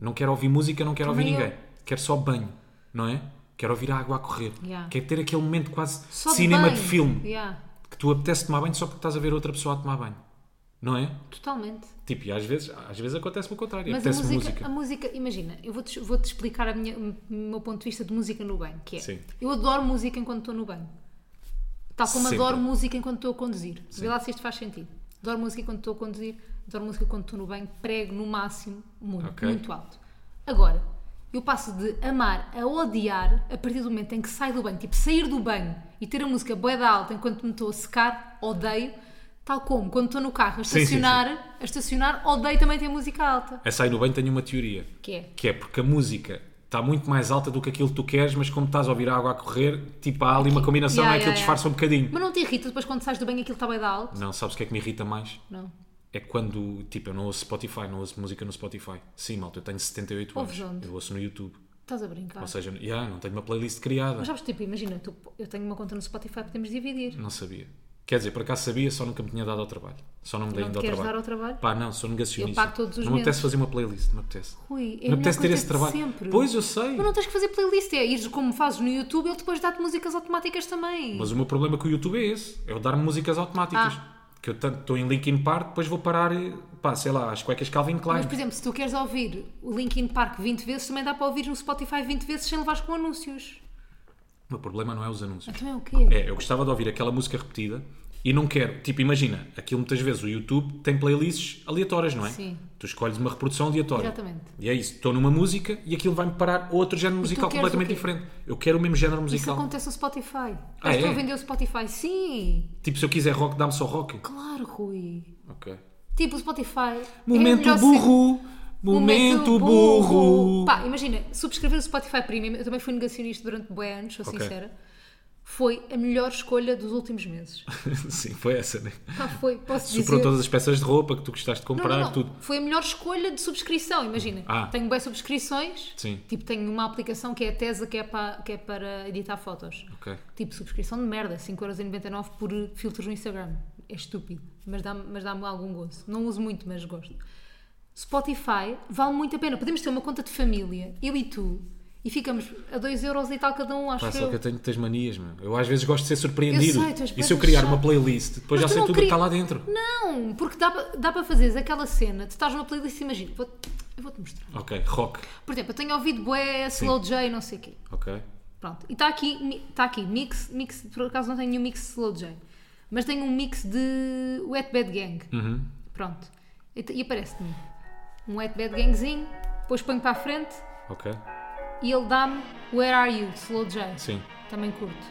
[SPEAKER 2] Não quero ouvir música, não quero
[SPEAKER 1] Hum. Também
[SPEAKER 2] ouvir
[SPEAKER 1] eu.
[SPEAKER 2] ninguém. Quero só banho, não é? Quero ouvir a água a correr.
[SPEAKER 1] Yeah.
[SPEAKER 2] Quero ter aquele momento quase
[SPEAKER 1] Só
[SPEAKER 2] cinema
[SPEAKER 1] banho.
[SPEAKER 2] de filme.
[SPEAKER 1] Yeah,
[SPEAKER 2] Que tu apetece tomar banho só porque estás a ver outra pessoa a tomar banho. Não é?
[SPEAKER 1] totalmente.
[SPEAKER 2] Tipo, e às vezes, às vezes acontece o contrário.
[SPEAKER 1] Mas a
[SPEAKER 2] Apetece
[SPEAKER 1] música,
[SPEAKER 2] música.
[SPEAKER 1] a música, imagina, eu vou-te vou -te explicar a minha- o meu ponto de vista de música no banho, que é,
[SPEAKER 2] Sim.
[SPEAKER 1] eu adoro música enquanto estou no banho. Tal como
[SPEAKER 2] Sempre.
[SPEAKER 1] adoro música enquanto estou a conduzir. Vê lá se isto faz sentido. Adoro música enquanto estou a conduzir, adoro música enquanto estou no banho, prego no máximo, muito,
[SPEAKER 2] Ok.
[SPEAKER 1] muito alto. Agora, eu passo de amar a odiar a partir do momento em que saio do banho, tipo sair do banho e ter a música boeda alta enquanto me estou a secar, odeio. Tal como quando estou no carro a
[SPEAKER 2] Sim, sim, sim.
[SPEAKER 1] estacionar, a estacionar, odeio também ter música alta.
[SPEAKER 2] A sair do banho tenho uma teoria.
[SPEAKER 1] Que é?
[SPEAKER 2] Que é porque a música está muito mais alta do que aquilo que tu queres, mas como estás a ouvir a água a correr, tipo, há ali uma combinação,
[SPEAKER 1] Yeah,
[SPEAKER 2] não é? Aquilo
[SPEAKER 1] yeah,
[SPEAKER 2] disfarça um bocadinho.
[SPEAKER 1] Mas não te irrita depois quando sais do banho aquilo está bem de alto?
[SPEAKER 2] Não, sabes o que é que me irrita mais?
[SPEAKER 1] Não.
[SPEAKER 2] É quando, tipo, eu não ouço Spotify, não ouço música no Spotify. Sim, malta, eu tenho 78
[SPEAKER 1] Ouves
[SPEAKER 2] anos.
[SPEAKER 1] onde?
[SPEAKER 2] Eu ouço no YouTube.
[SPEAKER 1] Estás a brincar.
[SPEAKER 2] Ou seja, yeah, não tenho uma playlist criada.
[SPEAKER 1] Mas sabes, tipo, imagina, tu- eu tenho uma conta no Spotify, podemos dividir.
[SPEAKER 2] Não sabia. Quer dizer, por acaso sabia, só nunca me tinha dado ao trabalho. Só não me dei
[SPEAKER 1] Não
[SPEAKER 2] ainda
[SPEAKER 1] te
[SPEAKER 2] ao
[SPEAKER 1] queres
[SPEAKER 2] trabalho.
[SPEAKER 1] dar ao trabalho?
[SPEAKER 2] Pá, não, sou negacionista.
[SPEAKER 1] Eu pago todos os
[SPEAKER 2] não me apetece
[SPEAKER 1] meses.
[SPEAKER 2] fazer uma playlist, não me apetece.
[SPEAKER 1] Rui, é a
[SPEAKER 2] não
[SPEAKER 1] melhor
[SPEAKER 2] apetece ter
[SPEAKER 1] coisa
[SPEAKER 2] esse
[SPEAKER 1] de
[SPEAKER 2] trabalho.
[SPEAKER 1] sempre.
[SPEAKER 2] Pois, eu sei.
[SPEAKER 1] Mas não tens que fazer playlist, é ir como fazes no YouTube, ele depois dá-te músicas automáticas também.
[SPEAKER 2] Mas o meu problema com o YouTube é esse: é eu dar-me músicas automáticas.
[SPEAKER 1] Ah.
[SPEAKER 2] Que eu tanto estou em Linkin Park, depois vou parar, eh, pá, sei lá, as cuecas Calvin Klein.
[SPEAKER 1] Mas, por exemplo, se tu queres ouvir o Linkin Park 20 vezes, também dá para ouvir no Spotify 20 vezes sem levares com anúncios.
[SPEAKER 2] O meu problema não é os anúncios.
[SPEAKER 1] Então é o quê?
[SPEAKER 2] É, eu gostava de ouvir aquela música repetida e não quero. Tipo, imagina, aquilo muitas vezes o YouTube tem playlists aleatórias, não é?
[SPEAKER 1] Sim.
[SPEAKER 2] Tu escolhes uma reprodução aleatória.
[SPEAKER 1] Exatamente.
[SPEAKER 2] E é isso, estou numa música e aquilo vai-me parar outro género musical
[SPEAKER 1] queres o
[SPEAKER 2] completamente
[SPEAKER 1] quê?
[SPEAKER 2] diferente. Eu quero o mesmo género
[SPEAKER 1] Isso
[SPEAKER 2] musical.
[SPEAKER 1] acontece no Spotify.
[SPEAKER 2] Ah,
[SPEAKER 1] Mas estou
[SPEAKER 2] é?
[SPEAKER 1] a vender o Spotify. Sim!
[SPEAKER 2] Tipo, se eu quiser rock, dá-me só rock.
[SPEAKER 1] Claro, Rui.
[SPEAKER 2] Ok.
[SPEAKER 1] Tipo, o Spotify.
[SPEAKER 2] Momento
[SPEAKER 1] é a melhor
[SPEAKER 2] burro! Momento burro!
[SPEAKER 1] Pá, imagina, subscrever o Spotify Premium, eu também fui negacionista durante bué anos, sou
[SPEAKER 2] Ok.
[SPEAKER 1] sincera, foi a melhor escolha dos últimos meses.
[SPEAKER 2] (laughs) Sim, foi essa, né?
[SPEAKER 1] Pá, foi, posso
[SPEAKER 2] Superou
[SPEAKER 1] dizer...
[SPEAKER 2] todas as peças de roupa que tu gostaste de
[SPEAKER 1] Não,
[SPEAKER 2] comprar,
[SPEAKER 1] não, não.
[SPEAKER 2] tudo.
[SPEAKER 1] Foi a melhor escolha de subscrição, imagina.
[SPEAKER 2] Ah.
[SPEAKER 1] Tenho bem subscrições,
[SPEAKER 2] Sim.
[SPEAKER 1] tipo, tenho uma aplicação que é a Tesa, que é para, que é para editar fotos.
[SPEAKER 2] Ok.
[SPEAKER 1] Tipo, subscrição de merda, 5,99€ por filtros no Instagram. É estúpido, mas dá-me mas dá algum gosto. Não uso muito, mas gosto. Spotify vale muito a pena. Podemos ter uma conta de família, eu e tu, e ficamos a 2€ euros e tal cada um, acho
[SPEAKER 2] Pá,
[SPEAKER 1] que
[SPEAKER 2] só
[SPEAKER 1] eu.
[SPEAKER 2] que eu tenho tens manias, meu. Eu às vezes gosto de ser surpreendido.
[SPEAKER 1] Eu sei, tu és
[SPEAKER 2] e se eu
[SPEAKER 1] bué
[SPEAKER 2] criar
[SPEAKER 1] chato.
[SPEAKER 2] uma playlist,
[SPEAKER 1] Mas
[SPEAKER 2] depois já
[SPEAKER 1] tu
[SPEAKER 2] sei
[SPEAKER 1] não
[SPEAKER 2] tudo o que
[SPEAKER 1] cri-
[SPEAKER 2] está lá dentro.
[SPEAKER 1] Não, porque dá, pa- dá para fazeres aquela cena, tu estás numa playlist, imagina, vou- eu vou-te mostrar.
[SPEAKER 2] Ok, rock.
[SPEAKER 1] Por exemplo, eu tenho ouvido bué, slow J, não sei o quê.
[SPEAKER 2] Ok.
[SPEAKER 1] Pronto, e está aqui, mi- está aqui mix, mix, por acaso não tenho nenhum mix de Slow J, mas tenho um mix de Wet Bad Gang.
[SPEAKER 2] Uhum.
[SPEAKER 1] Pronto, e, te- e aparece-me um Wet Bad Gangzinho, depois ponho para a frente
[SPEAKER 2] Ok.
[SPEAKER 1] e ele dá-me Where Are You, de Slow J.
[SPEAKER 2] Sim.
[SPEAKER 1] Também curto.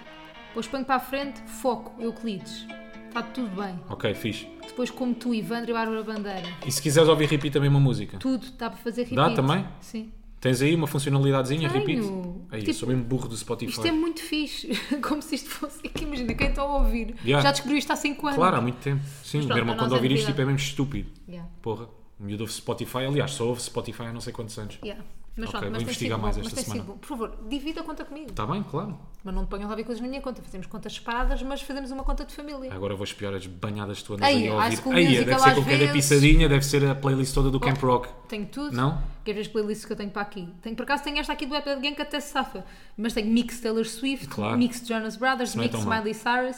[SPEAKER 1] Depois ponho para a frente Foco, Euclides. Está tudo bem.
[SPEAKER 2] Ok, fixe.
[SPEAKER 1] Depois como tu, Ivandro e Bárbara Bandeira.
[SPEAKER 2] E se quiseres ouvir repeat também uma música?
[SPEAKER 1] Tudo, dá para fazer repeat.
[SPEAKER 2] Dá também?
[SPEAKER 1] Sim.
[SPEAKER 2] Tens aí uma funcionalidadezinha,
[SPEAKER 1] Tenho.
[SPEAKER 2] repeat? Aí, eu
[SPEAKER 1] Tipo,
[SPEAKER 2] sou mesmo burro do Spotify.
[SPEAKER 1] Isto é muito fixe, (laughs) como se isto fosse. que Imagina, quem está a ouvir
[SPEAKER 2] Yeah.
[SPEAKER 1] já descobriu isto há 5 anos.
[SPEAKER 2] Claro, há muito tempo. Sim, o
[SPEAKER 1] pronto,
[SPEAKER 2] meu irmão
[SPEAKER 1] a
[SPEAKER 2] quando
[SPEAKER 1] nossa
[SPEAKER 2] ouvir isto
[SPEAKER 1] entidade.
[SPEAKER 2] tipo, é mesmo estúpido.
[SPEAKER 1] Yeah.
[SPEAKER 2] Porra. O miúdo ouve Spotify. Aliás, só ouve Spotify há não sei quantos anos.
[SPEAKER 1] Yeah. Mas
[SPEAKER 2] Ok,
[SPEAKER 1] pronto, mas
[SPEAKER 2] vou
[SPEAKER 1] tem sido
[SPEAKER 2] investigar
[SPEAKER 1] bom,
[SPEAKER 2] mais
[SPEAKER 1] mas
[SPEAKER 2] esta
[SPEAKER 1] tem sido
[SPEAKER 2] semana.
[SPEAKER 1] bom. Por favor, divida a conta comigo.
[SPEAKER 2] Está Tá bem, claro.
[SPEAKER 1] Mas não te ponham lá a ver coisas na minha conta. Fazemos contas separadas, mas fazemos uma conta de família.
[SPEAKER 2] Agora vou espiar as banhadas tuas
[SPEAKER 1] Ei,
[SPEAKER 2] aí a
[SPEAKER 1] High
[SPEAKER 2] ouvir.
[SPEAKER 1] School
[SPEAKER 2] Ei,
[SPEAKER 1] Musical
[SPEAKER 2] deve ser
[SPEAKER 1] às
[SPEAKER 2] com cada
[SPEAKER 1] vezes. Oh.
[SPEAKER 2] pisadinha, deve ser a playlist toda do Camp Rock.
[SPEAKER 1] Tenho tudo.
[SPEAKER 2] Não?
[SPEAKER 1] Queres ver as playlists que eu tenho para aqui? Tenho, por acaso tenho esta aqui do Apple Gang que até se safa. Mas tenho mix Taylor Swift,
[SPEAKER 2] Claro.
[SPEAKER 1] mix Jonas Brothers,
[SPEAKER 2] não é
[SPEAKER 1] mix
[SPEAKER 2] tão mau.
[SPEAKER 1] Miley Cyrus,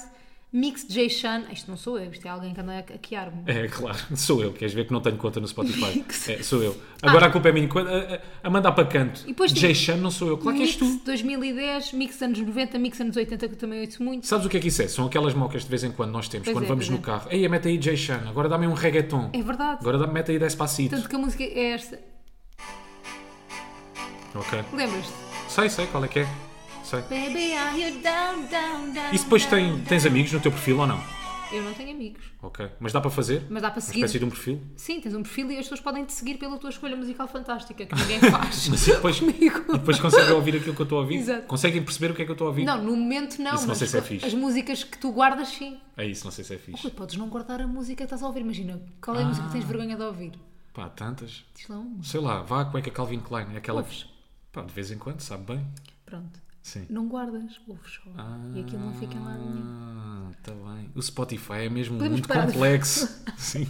[SPEAKER 1] mix Jay Sean. Isto não sou eu, isto é alguém que anda a a quear-me.
[SPEAKER 2] É, claro, (laughs) sou eu. Queres ver que não tenho conta no
[SPEAKER 1] (laughs)
[SPEAKER 2] Spotify?
[SPEAKER 1] Mix.
[SPEAKER 2] É, sou eu. Agora a culpa é minha. Quando- A, a- a mandar para canto.
[SPEAKER 1] E depois tem-
[SPEAKER 2] Jay Shan não sou eu. Claro que és
[SPEAKER 1] mix
[SPEAKER 2] tu.
[SPEAKER 1] 2010, mix anos 90, mix anos 80, que eu também ouço muito.
[SPEAKER 2] Sabes o que é que isso é? São aquelas mocas de vez em quando nós temos,
[SPEAKER 1] Pois
[SPEAKER 2] quando
[SPEAKER 1] é,
[SPEAKER 2] vamos
[SPEAKER 1] pois
[SPEAKER 2] no
[SPEAKER 1] é.
[SPEAKER 2] carro. Ei, mete aí Jay Shan, agora dá-me um reggaeton.
[SPEAKER 1] É verdade.
[SPEAKER 2] Agora dá-me mete aí Despacito.
[SPEAKER 1] Tanto que a música é esta.
[SPEAKER 2] Ok.
[SPEAKER 1] Lembras-te?
[SPEAKER 2] Sei, sei qual é que é. Sei.
[SPEAKER 1] Baby, are you down, down, down?
[SPEAKER 2] E depois
[SPEAKER 1] down,
[SPEAKER 2] tem,
[SPEAKER 1] down?
[SPEAKER 2] tens amigos no teu perfil ou não?
[SPEAKER 1] Eu não tenho amigos.
[SPEAKER 2] Ok. Mas dá para fazer?
[SPEAKER 1] Mas dá para
[SPEAKER 2] Uma
[SPEAKER 1] seguir.
[SPEAKER 2] espécie de um perfil?
[SPEAKER 1] Sim, tens um perfil e as pessoas podem te seguir pela tua escolha musical fantástica, que ninguém (laughs) faz. (laughs)
[SPEAKER 2] Mas e depois,
[SPEAKER 1] Comigo.
[SPEAKER 2] e depois conseguem ouvir aquilo que eu estou a ouvir?
[SPEAKER 1] Exato.
[SPEAKER 2] Conseguem perceber o que é que eu estou a ouvir?
[SPEAKER 1] Não, no momento não,
[SPEAKER 2] Isso não
[SPEAKER 1] mas
[SPEAKER 2] sei se é fixe.
[SPEAKER 1] as músicas que tu guardas, sim.
[SPEAKER 2] É isso, não sei se é fixe.
[SPEAKER 1] Ui, podes não guardar a música que estás a ouvir. Imagina, qual é a
[SPEAKER 2] Ah.
[SPEAKER 1] música que tens vergonha de ouvir?
[SPEAKER 2] Pá, tantas.
[SPEAKER 1] Diz lá uma.
[SPEAKER 2] Sei lá, vá a cueca Calvin Klein. É aquela.
[SPEAKER 1] Ouves.
[SPEAKER 2] Pá, de vez em quando, sabe bem.
[SPEAKER 1] Pronto.
[SPEAKER 2] Sim.
[SPEAKER 1] Não guardas, ouves só. E aquilo não fica em lado nenhum.
[SPEAKER 2] Ah, tá bem. O Spotify é mesmo
[SPEAKER 1] Podemos
[SPEAKER 2] muito
[SPEAKER 1] parar de-
[SPEAKER 2] complexo. (laughs) Sim.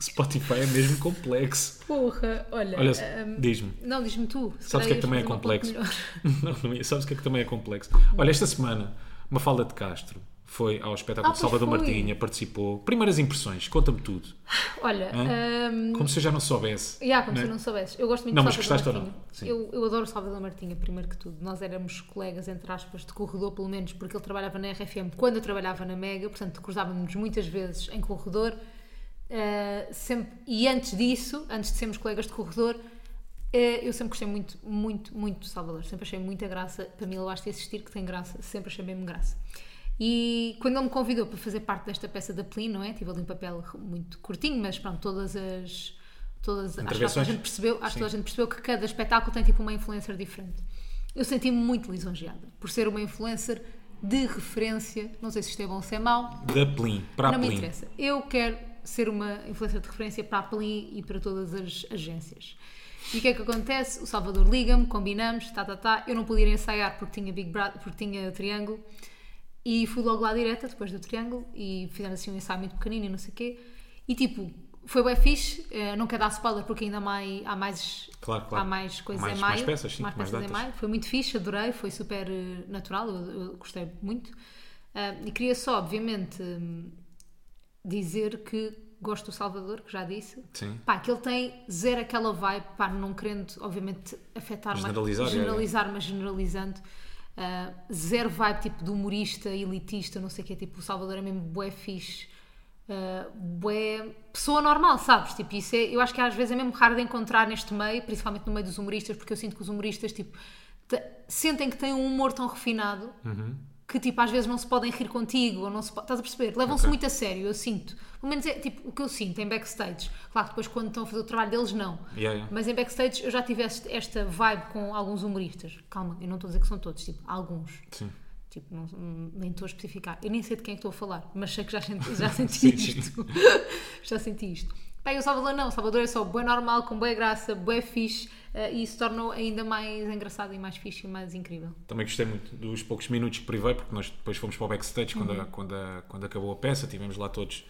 [SPEAKER 2] Spotify é mesmo complexo.
[SPEAKER 1] Porra, olha.
[SPEAKER 2] Ah. Olha,
[SPEAKER 1] ahm,
[SPEAKER 2] diz-me.
[SPEAKER 1] Não, diz-me tu. É, um, se
[SPEAKER 2] Sabes o que é que também
[SPEAKER 1] calhar
[SPEAKER 2] é
[SPEAKER 1] ias fazer uma
[SPEAKER 2] complexo?
[SPEAKER 1] ponte melhor. (laughs) Hum.
[SPEAKER 2] (laughs) Não, não ia. Sabes o que é que também é complexo? Olha, esta semana, uma falda de Castro foi ao
[SPEAKER 1] Ah,
[SPEAKER 2] espetáculo de
[SPEAKER 1] pois
[SPEAKER 2] Salvador
[SPEAKER 1] foi.
[SPEAKER 2] Martinha, participou. Primeiras impressões, conta-me tudo.
[SPEAKER 1] Olha, ahm,
[SPEAKER 2] Como se eu já não soubesse.
[SPEAKER 1] Ya, como
[SPEAKER 2] né?
[SPEAKER 1] se não soubesses. Eu gosto muito
[SPEAKER 2] Não,
[SPEAKER 1] de
[SPEAKER 2] mas
[SPEAKER 1] Salvador
[SPEAKER 2] gostaste ou não?
[SPEAKER 1] Martinha.
[SPEAKER 2] Sim.
[SPEAKER 1] Eu, eu adoro o Salvador Martinha, primeiro que tudo. Nós éramos colegas, entre aspas, de corredor, pelo menos, porque ele trabalhava na RFM quando eu trabalhava na Mega, portanto cruzávamos muitas vezes em corredor. Ah, sempre, e antes disso, antes de sermos colegas de corredor, eh, eu sempre gostei muito, muito, muito do Salvador. Sempre achei muita graça. Para mim, eu acho de assistir que tem graça. Sempre achei mesmo graça. E quando ele me convidou para fazer parte desta peça da Plin, não é? Tive ali um papel muito curtinho, mas pronto, todas as. Todas, acho que a
[SPEAKER 2] Intervenções.
[SPEAKER 1] gente percebeu, acho que toda a gente percebeu que cada espetáculo tem tipo uma influencer diferente. Eu senti-me muito lisonjeada por ser uma influencer de referência. Não sei se isto é bom ou se é mau,
[SPEAKER 2] Da Plim, para a
[SPEAKER 1] não me
[SPEAKER 2] Plim.
[SPEAKER 1] interessa. Eu quero ser uma influencer de referência para a Plin e para todas as agências. E o que é que acontece? O Salvador liga-me, combinamos, tá, tá, tá. Eu não podia ir ensaiar porque tinha, Big Brother, porque tinha Triângulo. E fui logo lá direta, depois do Triângulo, e fizeram assim um ensaio muito pequenino e não sei o quê. E tipo, foi bem fixe. eh, Não quero dar spoiler porque ainda há mais, há mais,
[SPEAKER 2] Claro, claro.
[SPEAKER 1] Há mais coisas
[SPEAKER 2] Mais-
[SPEAKER 1] em maio.
[SPEAKER 2] mais peças, sim,
[SPEAKER 1] mais
[SPEAKER 2] mais
[SPEAKER 1] peças em
[SPEAKER 2] datas.
[SPEAKER 1] maio. Foi muito fixe, adorei, foi super eh, natural, eu, eu gostei muito. Ah, e queria só, obviamente, hum, dizer que gosto do Salvador, que já disse.
[SPEAKER 2] Sim.
[SPEAKER 1] Pá, que ele tem zero aquela vibe, pá, não querendo, obviamente, afetar
[SPEAKER 2] Generalizar, é,
[SPEAKER 1] mais.
[SPEAKER 2] é.
[SPEAKER 1] Generalizar, mas generalizando. Ah, zero vibe, tipo, de humorista, elitista, não sei o que é. Tipo, o Salvador é mesmo bué fixe. ah, bué pessoa normal, sabes? Tipo, isso é, eu acho que às vezes é mesmo raro de encontrar neste meio, principalmente no meio dos humoristas, porque eu sinto que os humoristas, tipo, te- sentem que têm um humor tão refinado
[SPEAKER 2] Uhum.
[SPEAKER 1] que tipo às vezes não se podem rir contigo ou não se po- estás a perceber levam-se
[SPEAKER 2] Ok.
[SPEAKER 1] muito a sério eu sinto pelo menos é tipo o que eu sinto em backstage claro que depois quando estão a fazer o trabalho deles não
[SPEAKER 2] Yeah, yeah.
[SPEAKER 1] mas em backstage eu já tive este- esta vibe com alguns humoristas calma eu não estou a dizer que são todos tipo alguns
[SPEAKER 2] Sim.
[SPEAKER 1] tipo não, nem estou a especificar eu nem sei de quem é que estou a falar mas sei que já senti,
[SPEAKER 2] (laughs)
[SPEAKER 1] já
[SPEAKER 2] Sim,
[SPEAKER 1] senti
[SPEAKER 2] sim.
[SPEAKER 1] isto (laughs) já senti isto bem o Salvador não o Salvador é só bué normal com boa graça bué fixe eh, e isso tornou ainda mais engraçado e mais fixe e mais incrível
[SPEAKER 2] Também gostei muito dos poucos minutos que privei, porque nós depois fomos para o backstage quando,
[SPEAKER 1] Uhum.
[SPEAKER 2] a- quando, a- quando acabou a peça, tivemos lá todos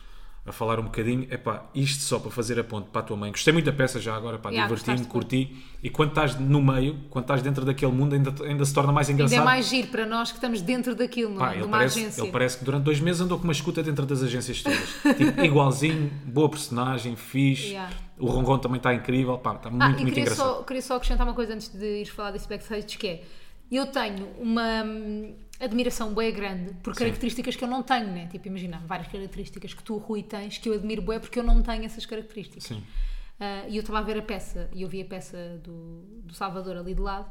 [SPEAKER 2] a falar um bocadinho. Epá, isto só para fazer a ponte para a tua mãe. Gostei muito da peça já agora, pá,
[SPEAKER 1] Yeah,
[SPEAKER 2] diverti-me,
[SPEAKER 1] gostaste
[SPEAKER 2] curti. E quando estás no meio, quando estás dentro daquele mundo, ainda, ainda se torna mais
[SPEAKER 1] Ainda
[SPEAKER 2] engraçado.
[SPEAKER 1] é mais giro para nós que estamos dentro daquilo, não é?
[SPEAKER 2] Pá,
[SPEAKER 1] de
[SPEAKER 2] ele,
[SPEAKER 1] uma
[SPEAKER 2] parece,
[SPEAKER 1] agência.
[SPEAKER 2] ele parece que durante dois meses andou com uma escuta dentro das agências
[SPEAKER 1] (laughs)
[SPEAKER 2] todas. tipo, igualzinho, boa personagem, fixe.
[SPEAKER 1] Yeah.
[SPEAKER 2] O Rongon também está incrível, pá, está muito,
[SPEAKER 1] ah, e
[SPEAKER 2] muito
[SPEAKER 1] queria
[SPEAKER 2] engraçado.
[SPEAKER 1] só, queria só acrescentar uma coisa antes de ires falar desse backstage, que é eu tenho uma hum, admiração bué grande por características que eu não tenho, né? Tipo, imagina, várias características que tu, Rui, tens que eu admiro bué porque eu não tenho essas características.
[SPEAKER 2] Sim.
[SPEAKER 1] Ah, e eu estava a ver a peça, e eu vi a peça do, do Salvador ali de lado,